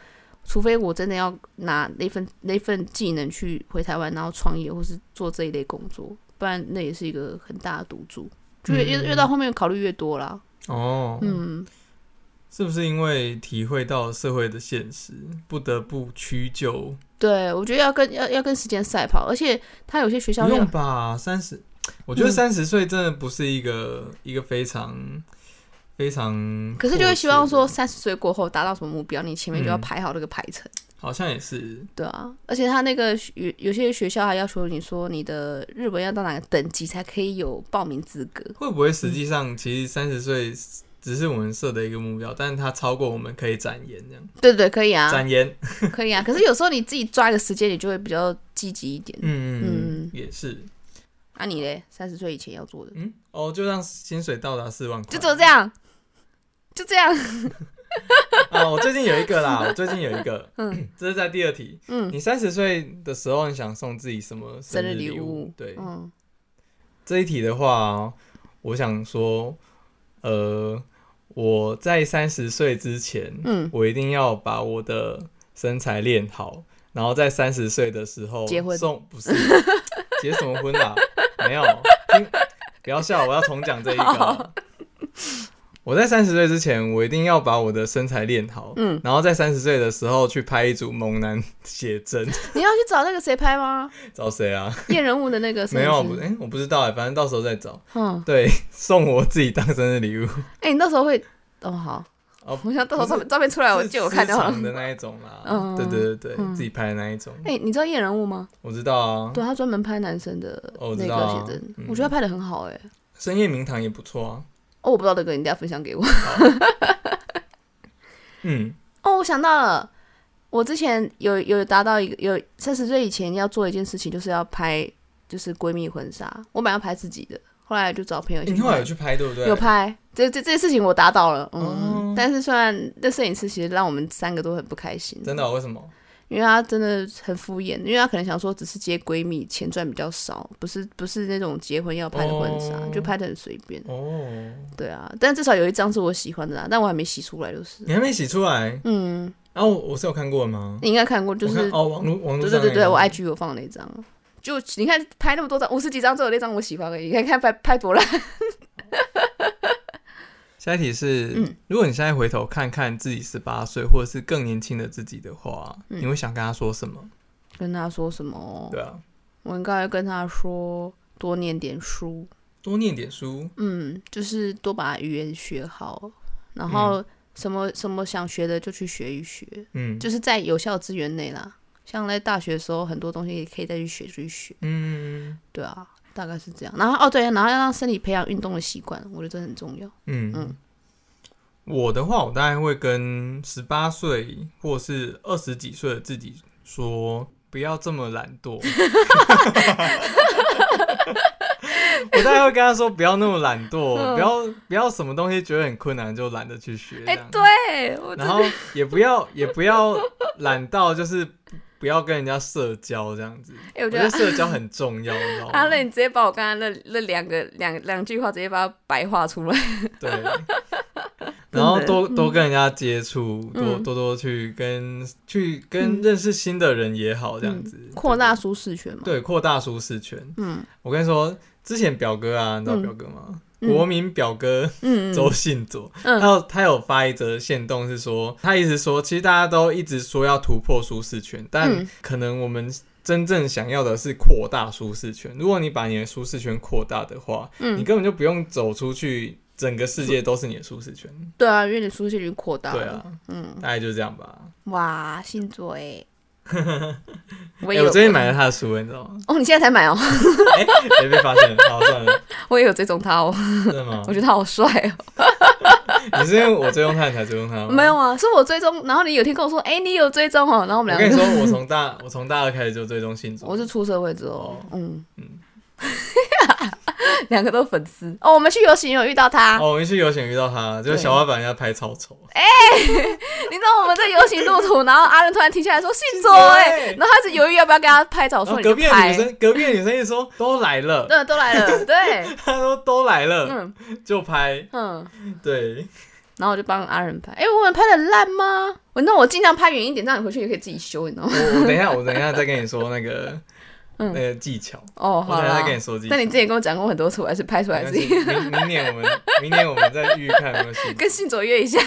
Speaker 2: 除非我真的要拿那份那份技能去回台湾，然后创业或是做这一类工作，不然那也是一个很大的赌注。就
Speaker 1: 嗯
Speaker 2: 越越越到后面考虑越多啦。
Speaker 1: 哦，
Speaker 2: 嗯，
Speaker 1: 是不是因为体会到社会的现实，不得不屈就？
Speaker 2: 对，我觉得要跟要要跟时间赛跑，而且他有些学校
Speaker 1: 不
Speaker 2: 会
Speaker 1: 用吧，三十，我觉得
Speaker 2: 嗯
Speaker 1: 三十岁真的不是一个一个非常非常，
Speaker 2: 可是就会希望说，三十岁过后达到什么目标，你前面就要
Speaker 1: 嗯
Speaker 2: 排好那个排程，
Speaker 1: 好像也是，
Speaker 2: 对啊。而且他那个学有有些学校还要求你说你的日文要到哪个等级才可以有报名资格，
Speaker 1: 会不会实际
Speaker 2: 嗯
Speaker 1: 上其实三十岁只是我们设的一个目标，但是它超过我们可以展颜这样，
Speaker 2: 对对，可以啊，
Speaker 1: 展颜，
Speaker 2: 可以啊。可是有时候你自己抓一个时间，你就会比较积极一点。
Speaker 1: 嗯嗯
Speaker 2: 嗯
Speaker 1: 嗯，也是，
Speaker 2: 那、你嘞，三十岁以前要做的，
Speaker 1: 嗯，哦，就让薪水到达四万块，
Speaker 2: 就只有这样，就这样。
Speaker 1: <laughs> 啊，我最近有一个啦，我最近有一
Speaker 2: <laughs>
Speaker 1: 个， <clears throat> 这是在第二题。
Speaker 2: 嗯
Speaker 1: 你三十岁的时候，你想送自己什么
Speaker 2: 生日
Speaker 1: 日
Speaker 2: 礼
Speaker 1: 物？
Speaker 2: 物
Speaker 1: 对，
Speaker 2: 嗯，
Speaker 1: 这一题的话，我想说，呃，我在三十岁之前，
Speaker 2: 嗯
Speaker 1: 我一定要把我的身材练好，然后在三十岁的时候
Speaker 2: 结婚
Speaker 1: 送不
Speaker 2: <laughs>
Speaker 1: 是结什么婚啦、没有，听不要笑，我要重讲这一个啊。我在三十岁之前，我一定要把我的身材练好，
Speaker 2: 嗯
Speaker 1: 然后在三十岁的时候去拍一组猛男写真， <laughs>
Speaker 2: 你要去找那个谁拍吗？
Speaker 1: 找谁啊？
Speaker 2: 验人物的那个摄
Speaker 1: 没有，
Speaker 2: 影
Speaker 1: 不，
Speaker 2: 师
Speaker 1: 哎、我不知道哎、反正到时候再找。<laughs>
Speaker 2: 嗯。
Speaker 1: 对，送我自己当生日礼物，
Speaker 2: 哎、你到时候会哦好，
Speaker 1: <laughs> 哦
Speaker 2: 我想到时候照
Speaker 1: 不
Speaker 2: 片照片出来，我
Speaker 1: 是
Speaker 2: 就有看到
Speaker 1: 私
Speaker 2: 了
Speaker 1: 藏。的那一种啦。
Speaker 2: <laughs> 嗯
Speaker 1: 对对对对，
Speaker 2: 嗯
Speaker 1: 自己拍的那一种，
Speaker 2: 哎、你知道验人物吗？
Speaker 1: 我知道啊。
Speaker 2: 对他专门拍男生的
Speaker 1: 哦我
Speaker 2: 那
Speaker 1: 知道
Speaker 2: 个
Speaker 1: 啊
Speaker 2: 写真，
Speaker 1: 嗯
Speaker 2: 我觉得他拍的很好哎、
Speaker 1: 深夜名堂也不错啊。
Speaker 2: 哦，我不知道这个，你等一下分享给我。
Speaker 1: 嗯，
Speaker 2: 哦，我想到了，我之前有有达到一个有三十岁以前要做一件事情，就是要拍就是闺蜜婚纱。我本来要拍自己的，后来就找朋友一
Speaker 1: 欸
Speaker 2: 起
Speaker 1: 你后来有
Speaker 2: 拍。
Speaker 1: 去拍对不对？
Speaker 2: 有。拍，这这这件事情我达到了，嗯，
Speaker 1: 哦
Speaker 2: 但是虽然那摄影师其实让我们三个都很不开心，
Speaker 1: 真的哦、为什么？
Speaker 2: 因为她真的很敷衍，因为她可能想说只是接闺蜜，钱赚比较少，不是不是那种结婚要拍的婚纱，
Speaker 1: 哦
Speaker 2: 就拍的很随便。
Speaker 1: 哦，
Speaker 2: 对啊，但至少有一张是我喜欢的啊啦，但我还没洗出来，就是
Speaker 1: 你还没洗出来？
Speaker 2: 嗯，
Speaker 1: 然后我我是有看过的吗？
Speaker 2: 你应该看过，就
Speaker 1: 我看
Speaker 2: 是
Speaker 1: 哦，网络网络
Speaker 2: 对
Speaker 1: 上
Speaker 2: 对
Speaker 1: 那
Speaker 2: 对对，
Speaker 1: 个
Speaker 2: 我 IG 有放那张，就你看拍那么多张，五十几张，只有那张我喜欢而已。你看看拍拍多烂，
Speaker 1: 下一题是，
Speaker 2: 嗯
Speaker 1: 如果你现在回头看看自己十八岁或者是更年轻的自己的话，
Speaker 2: 嗯哦
Speaker 1: 你会想跟他说什么？
Speaker 2: 跟他说什么？
Speaker 1: 对啊，
Speaker 2: 我应该跟他说多念点书，
Speaker 1: 多念点书，
Speaker 2: 嗯，就是多把语言学好，然后什么、什么想学的就去学一学，
Speaker 1: 嗯，
Speaker 2: 就是在有效资源内啦。像在大学的时候，很多东西也可以再去学，去学，
Speaker 1: 嗯
Speaker 2: 对啊，大概是这样。然后哦，对、然后要让身体培养运动的习惯，我觉得这很重要。
Speaker 1: 嗯
Speaker 2: 嗯
Speaker 1: 我的话，我大概会跟十八岁或是二十几岁的自己说，不要这么懒惰。
Speaker 2: <laughs>
Speaker 1: 我大概会跟他说，不要那么懒惰，
Speaker 2: 嗯
Speaker 1: 不要不要什么东西觉得很困难就懒得去学。这
Speaker 2: 哎、
Speaker 1: 样
Speaker 2: 对，我
Speaker 1: 啊然后也不要也不要懒到就是不要跟人家社交这样子。
Speaker 2: 哎我觉
Speaker 1: 觉
Speaker 2: 得
Speaker 1: 社交很重要，你知道吗？
Speaker 2: <laughs> 阿乐，你直接把我刚才那那两个两两句话直接把它白话出来。
Speaker 1: <laughs> 对，
Speaker 2: <laughs>
Speaker 1: 然后
Speaker 2: 真的
Speaker 1: 多多跟人家接触，多
Speaker 2: 嗯
Speaker 1: 多多去跟去跟认识新的人也好，这样子
Speaker 2: 嗯扩大舒适圈嘛。，
Speaker 1: 对扩大舒适圈。
Speaker 2: 嗯
Speaker 1: 我跟你说，之前表哥啊，你知道
Speaker 2: 嗯
Speaker 1: 表哥吗？
Speaker 2: 嗯
Speaker 1: 国民表哥
Speaker 2: 嗯
Speaker 1: 周信佐，
Speaker 2: 嗯
Speaker 1: 他有他有发一则线动，是说他一直说，其实大家都一直说要突破舒适圈，但
Speaker 2: 嗯
Speaker 1: 可能我们真正想要的是扩大舒适圈。如果你把你的舒适圈扩大的话，你
Speaker 2: 嗯，
Speaker 1: 根本就不用走出去，整个世界都是你的舒适圈。
Speaker 2: 对啊，因为你舒适圈扩大了。
Speaker 1: 对啊，
Speaker 2: 嗯，
Speaker 1: 大概就这样吧。
Speaker 2: 哇，星座
Speaker 1: <laughs>
Speaker 2: 哎，我
Speaker 1: 哎、
Speaker 2: 也有
Speaker 1: 我最近买了他的书，欸你知道吗？
Speaker 2: 哦，你现在才买哦， <laughs>
Speaker 1: 哎、欸，被发现了，好算了，
Speaker 2: 我也有追踪他哦，
Speaker 1: 真的吗
Speaker 2: 我？觉得他好帅
Speaker 1: 你是因为我追踪他，你才追踪他
Speaker 2: 哦。
Speaker 1: 吗？
Speaker 2: 没有啊，是我追踪，然后你有天跟我说，哎，你有追踪哦，然后我们
Speaker 1: 我
Speaker 2: 两
Speaker 1: 跟
Speaker 2: 个
Speaker 1: 你
Speaker 2: 就，
Speaker 1: 说，我从大我从大二开始就追踪
Speaker 2: <laughs>
Speaker 1: 星座，
Speaker 2: 我是出社会之后
Speaker 1: 哦，
Speaker 2: 嗯
Speaker 1: 嗯。
Speaker 2: <laughs> 两个都粉丝哦，我们去游行有遇到他，
Speaker 1: 哦，我们去游行遇到他，就
Speaker 2: 对
Speaker 1: 是小花把人家拍超丑。
Speaker 2: <laughs> 你知道我们在游行路途，然后阿伦突然停下来说：“信卓
Speaker 1: 信卓
Speaker 2: 哎、
Speaker 1: 欸
Speaker 2: 然后他是犹豫要不要跟他拍照，我
Speaker 1: 然
Speaker 2: 说
Speaker 1: 后
Speaker 2: 哦你
Speaker 1: 哦隔
Speaker 2: 就
Speaker 1: 壁的女
Speaker 2: 拍。
Speaker 1: 生，隔壁的女生一说都来了，
Speaker 2: <laughs> 对，都来
Speaker 1: <laughs>
Speaker 2: 了，对，
Speaker 1: 她说都来了，
Speaker 2: 嗯
Speaker 1: 就拍。
Speaker 2: 嗯， <laughs>
Speaker 1: 对，
Speaker 2: 然后我就帮阿伦拍。哎、我们拍的烂吗？我那我尽量拍远一点，让你回去也可以自己修，你知道吗？
Speaker 1: 我我等一下，我等一下再跟你说那个那
Speaker 2: 嗯
Speaker 1: 个技巧，
Speaker 2: 哦，
Speaker 1: 我
Speaker 2: 好
Speaker 1: 等一下
Speaker 2: 啦
Speaker 1: 再。跟你说技巧
Speaker 2: 但。你之前跟我讲过很多次，我还是拍出来
Speaker 1: 没
Speaker 2: 自
Speaker 1: 关系
Speaker 2: 己
Speaker 1: 明明年我们明年我们再预看有没有新
Speaker 2: <laughs> 跟信卓
Speaker 1: <laughs>
Speaker 2: 约一下。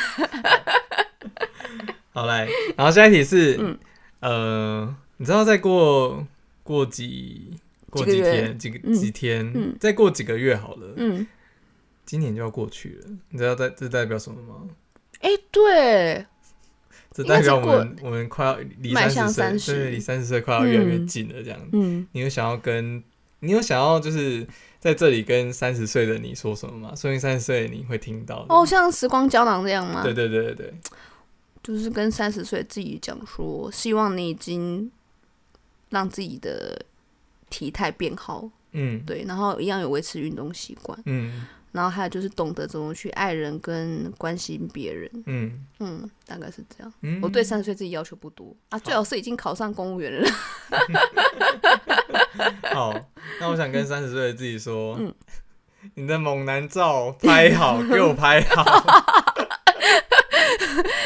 Speaker 1: 好来，然后下一题是，
Speaker 2: 嗯
Speaker 1: 呃，你知道再过过几过几
Speaker 2: 几个月
Speaker 1: 天几个
Speaker 2: 嗯
Speaker 1: 几天、
Speaker 2: 嗯
Speaker 1: 再过几个月好了，
Speaker 2: 嗯，
Speaker 1: 今年就要过去了，你知道代这代表什么吗？
Speaker 2: 哎、对，
Speaker 1: 这
Speaker 2: 应该
Speaker 1: 代表
Speaker 2: 是
Speaker 1: 我们我们快要离
Speaker 2: 迈
Speaker 1: 三十
Speaker 2: 向
Speaker 1: 岁，
Speaker 2: 30
Speaker 1: 对，离三十岁快要越来越
Speaker 2: 嗯
Speaker 1: 近了这样子。
Speaker 2: 嗯，
Speaker 1: 你有想要跟你有想要就是在这里跟三十岁的你说什么吗？说明三十岁的你会听到的。
Speaker 2: 哦，像时光胶囊这样吗？
Speaker 1: 对对对对对，
Speaker 2: 就是跟三十岁自己讲说，希望你已经让自己的体态变好，
Speaker 1: 嗯
Speaker 2: 对，然后一样有维持运动习惯，
Speaker 1: 嗯
Speaker 2: 然后还有就是懂得怎么去爱人跟关心别人，
Speaker 1: 嗯
Speaker 2: 嗯，大概是这样。
Speaker 1: 嗯，
Speaker 2: 我对三十岁自己要求不多啊，最好是已经考上公务员了。 <laughs>
Speaker 1: 好，那我想跟三十岁的自己说，
Speaker 2: 嗯
Speaker 1: 你的猛男照拍好，给我拍好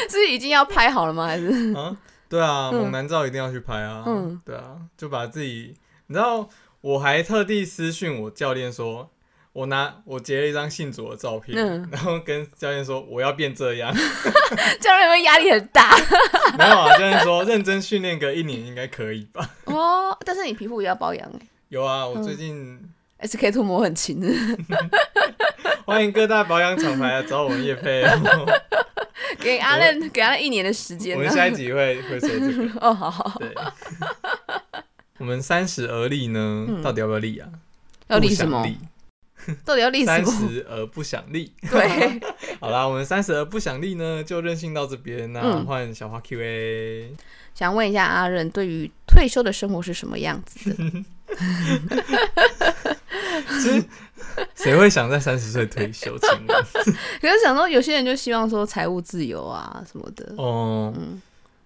Speaker 2: 是已经要拍好了吗？还 <laughs> 是
Speaker 1: 啊！对啊，
Speaker 2: 嗯
Speaker 1: 猛男照一定要去拍啊！
Speaker 2: 嗯
Speaker 1: 对啊，就把自己，你知道，我还特地私讯我教练说。我拿我截了一张信卓的照片，
Speaker 2: 嗯
Speaker 1: 然后跟教练说我要变这样， <laughs>
Speaker 2: 教练会压力很大
Speaker 1: 没有啊，教练说认真训练个一年应该可以吧？
Speaker 2: <laughs>
Speaker 1: <laughs>
Speaker 2: 哦？但是你皮肤也要保养哎、
Speaker 1: 有啊，我最近
Speaker 2: s k two 膜很勤，
Speaker 1: 欢迎各大保养厂牌来找我们叶配哦，
Speaker 2: <laughs> <laughs> 给阿任给阿任一年的时间
Speaker 1: 我
Speaker 2: 呢
Speaker 1: 们。下一集会会说这个。
Speaker 2: <laughs> 哦，好好，
Speaker 1: 对，我们三十而立呢，
Speaker 2: 嗯
Speaker 1: 到底要不要立啊？
Speaker 2: 要立
Speaker 1: 不想
Speaker 2: 什么？
Speaker 1: 立？
Speaker 2: 到底要立什
Speaker 1: 三
Speaker 2: 么？
Speaker 1: 十而不想立。
Speaker 2: 对， <laughs>
Speaker 1: <laughs> 好啦，我们三十而不想立呢，就任性到这边那
Speaker 2: 嗯
Speaker 1: 换小花 Q A。
Speaker 2: 想问一下阿任，对于退休的生活是什么样子
Speaker 1: <laughs>
Speaker 2: 的？
Speaker 1: 其实谁会想在三十岁退休？请问？
Speaker 2: 可是想到有些人就希望说财务自由啊什么的，
Speaker 1: 哦，
Speaker 2: 嗯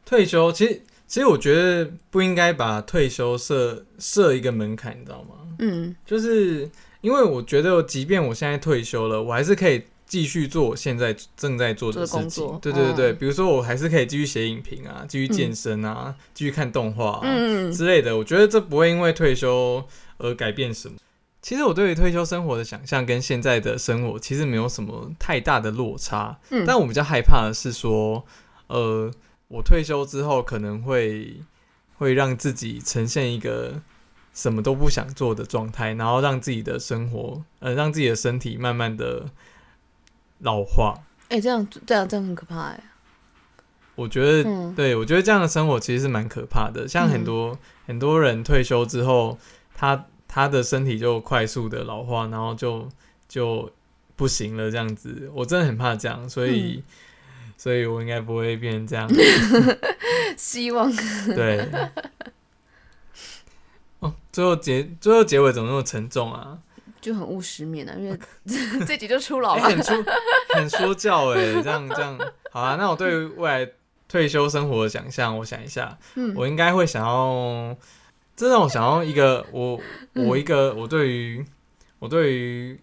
Speaker 1: 退休其实。其实我觉得不应该把退休设设一个门槛，你知道吗？
Speaker 2: 嗯
Speaker 1: 就是因为我觉得，即便我现在退休了，我还是可以继续做我现在正在做的
Speaker 2: 做的
Speaker 1: 事
Speaker 2: 工
Speaker 1: 情
Speaker 2: 作。
Speaker 1: 对对对对，
Speaker 2: 嗯
Speaker 1: 比如说我还是可以继续写影评啊，继续健身啊，继续看动画啊、
Speaker 2: 嗯嗯
Speaker 1: 之类的。我觉得这不会因为退休而改变什么。其实我对于退休生活的想象跟现在的生活其实没有什么太大的落差，
Speaker 2: 嗯，
Speaker 1: 但我比较害怕的是说，呃，我退休之后可能会会让自己呈现一个什么都不想做的状态，然后让自己的生活，呃，让自己的身体慢慢的老化。
Speaker 2: 哎、这样这样这样很可怕哎、
Speaker 1: 我觉得
Speaker 2: 嗯
Speaker 1: 对，我觉得这样的生活其实是蛮可怕的。像很多、很多人退休之后，他他的身体就快速的老化，然后就就不行了这样子。我真的很怕这样，所以、所以我应该不会变成这样。
Speaker 2: <laughs> 希望
Speaker 1: 对。哦，最后结最后结尾怎么那么沉重啊？
Speaker 2: 就很务实面啊，因为 <laughs> 这集就出老
Speaker 1: 哎
Speaker 2: 了。
Speaker 1: 很说很说教哎、这样这样好啊。那我对于未来退休生活的想象，我想一下，
Speaker 2: 嗯
Speaker 1: 我应该会想要，真的我想要一个我
Speaker 2: 嗯
Speaker 1: 我一个我对于我对于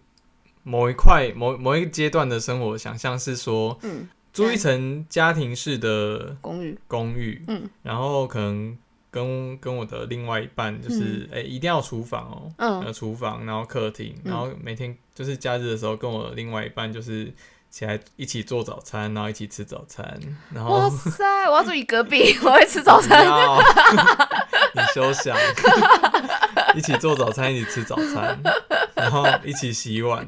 Speaker 1: 某一块某某一个阶段的生活想象是说，
Speaker 2: 嗯，
Speaker 1: 租一层家庭式的
Speaker 2: 公寓
Speaker 1: 公寓，
Speaker 2: 嗯，
Speaker 1: 然后可能跟跟我的另外一半就是，哎、一定要厨房哦，
Speaker 2: 嗯
Speaker 1: 呃，厨房，然后客厅，
Speaker 2: 嗯
Speaker 1: 然后每天就是假日的时候，跟我另外一半就是起来一起做早餐，然后一起吃早餐，然后
Speaker 2: 哇塞！我要住你隔壁， <laughs> 我会吃早
Speaker 1: 不
Speaker 2: 餐。
Speaker 1: 要 <laughs> 你休想， <laughs> 一起做早餐，一起吃早餐，然后一起洗碗，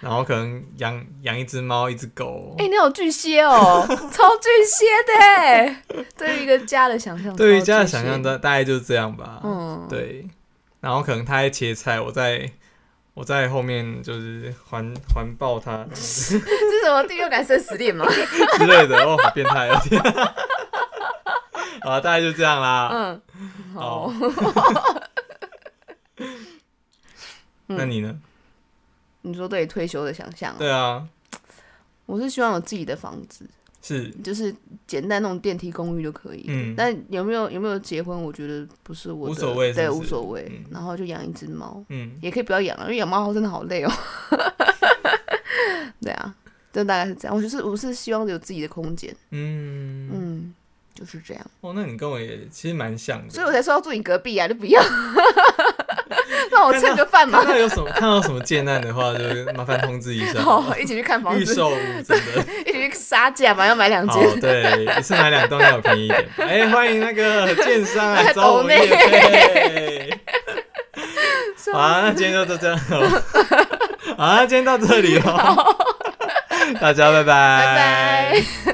Speaker 1: 然后可能养养一只猫，一只狗。
Speaker 2: 哎、你好巨蟹哦，超巨蟹的哎！对于一个家的想象，
Speaker 1: 对于
Speaker 2: 超
Speaker 1: 家的
Speaker 2: 巨蟹
Speaker 1: 想象，大大概就是这样吧。
Speaker 2: 嗯，
Speaker 1: 对，然后可能他在切菜，我在我在后面就是环环抱他之
Speaker 2: 这是什么第六感生死 <laughs> 恋吗？
Speaker 1: 类的，哦，好变态哦！天啊 <laughs> 好啊，大概就这样啦。
Speaker 2: 嗯，好
Speaker 1: 好， <laughs> 那你
Speaker 2: 嗯
Speaker 1: 呢？
Speaker 2: 你说对退休的想象、
Speaker 1: 对啊，
Speaker 2: 我是希望有自己的房子，
Speaker 1: 是
Speaker 2: 就是简单那种电梯公寓就可以。
Speaker 1: 嗯
Speaker 2: 但有没有有没有结婚，我觉得不是我的
Speaker 1: 无所谓
Speaker 2: 对，
Speaker 1: 是不
Speaker 2: 无
Speaker 1: 是
Speaker 2: 所谓。
Speaker 1: 嗯
Speaker 2: 然后就养一只猫，
Speaker 1: 嗯，
Speaker 2: 也可以不要养了，因为养猫真的好累哦。 <laughs> 对啊，就大概是这样。我就是我是希望有自己的空间，
Speaker 1: 嗯，
Speaker 2: 嗯，就是这样。
Speaker 1: 哦，那你跟我也其实蛮像的。
Speaker 2: 所以我才说要住你隔壁啊，就不要 <laughs> 让我蹭个饭嘛
Speaker 1: 看。到有什么看到什么贱难的话，就麻烦通知一下。
Speaker 2: <laughs> 好，一起去看房
Speaker 1: 啊预
Speaker 2: 子，
Speaker 1: 售屋真的
Speaker 2: 一起去杀价嘛，要买两
Speaker 1: 好
Speaker 2: 间。，
Speaker 1: 哦对，一次买两栋要有便宜一
Speaker 2: <laughs>
Speaker 1: 点。哎、欢迎那个建商来找我
Speaker 2: 哎抖
Speaker 1: 们
Speaker 2: 内
Speaker 1: 业
Speaker 2: <laughs>
Speaker 1: 配。好、啊，那今天就到这样 <laughs> 哦。
Speaker 2: <laughs>
Speaker 1: 好、啊，今天到这里哦。大家拜拜，
Speaker 2: 拜拜。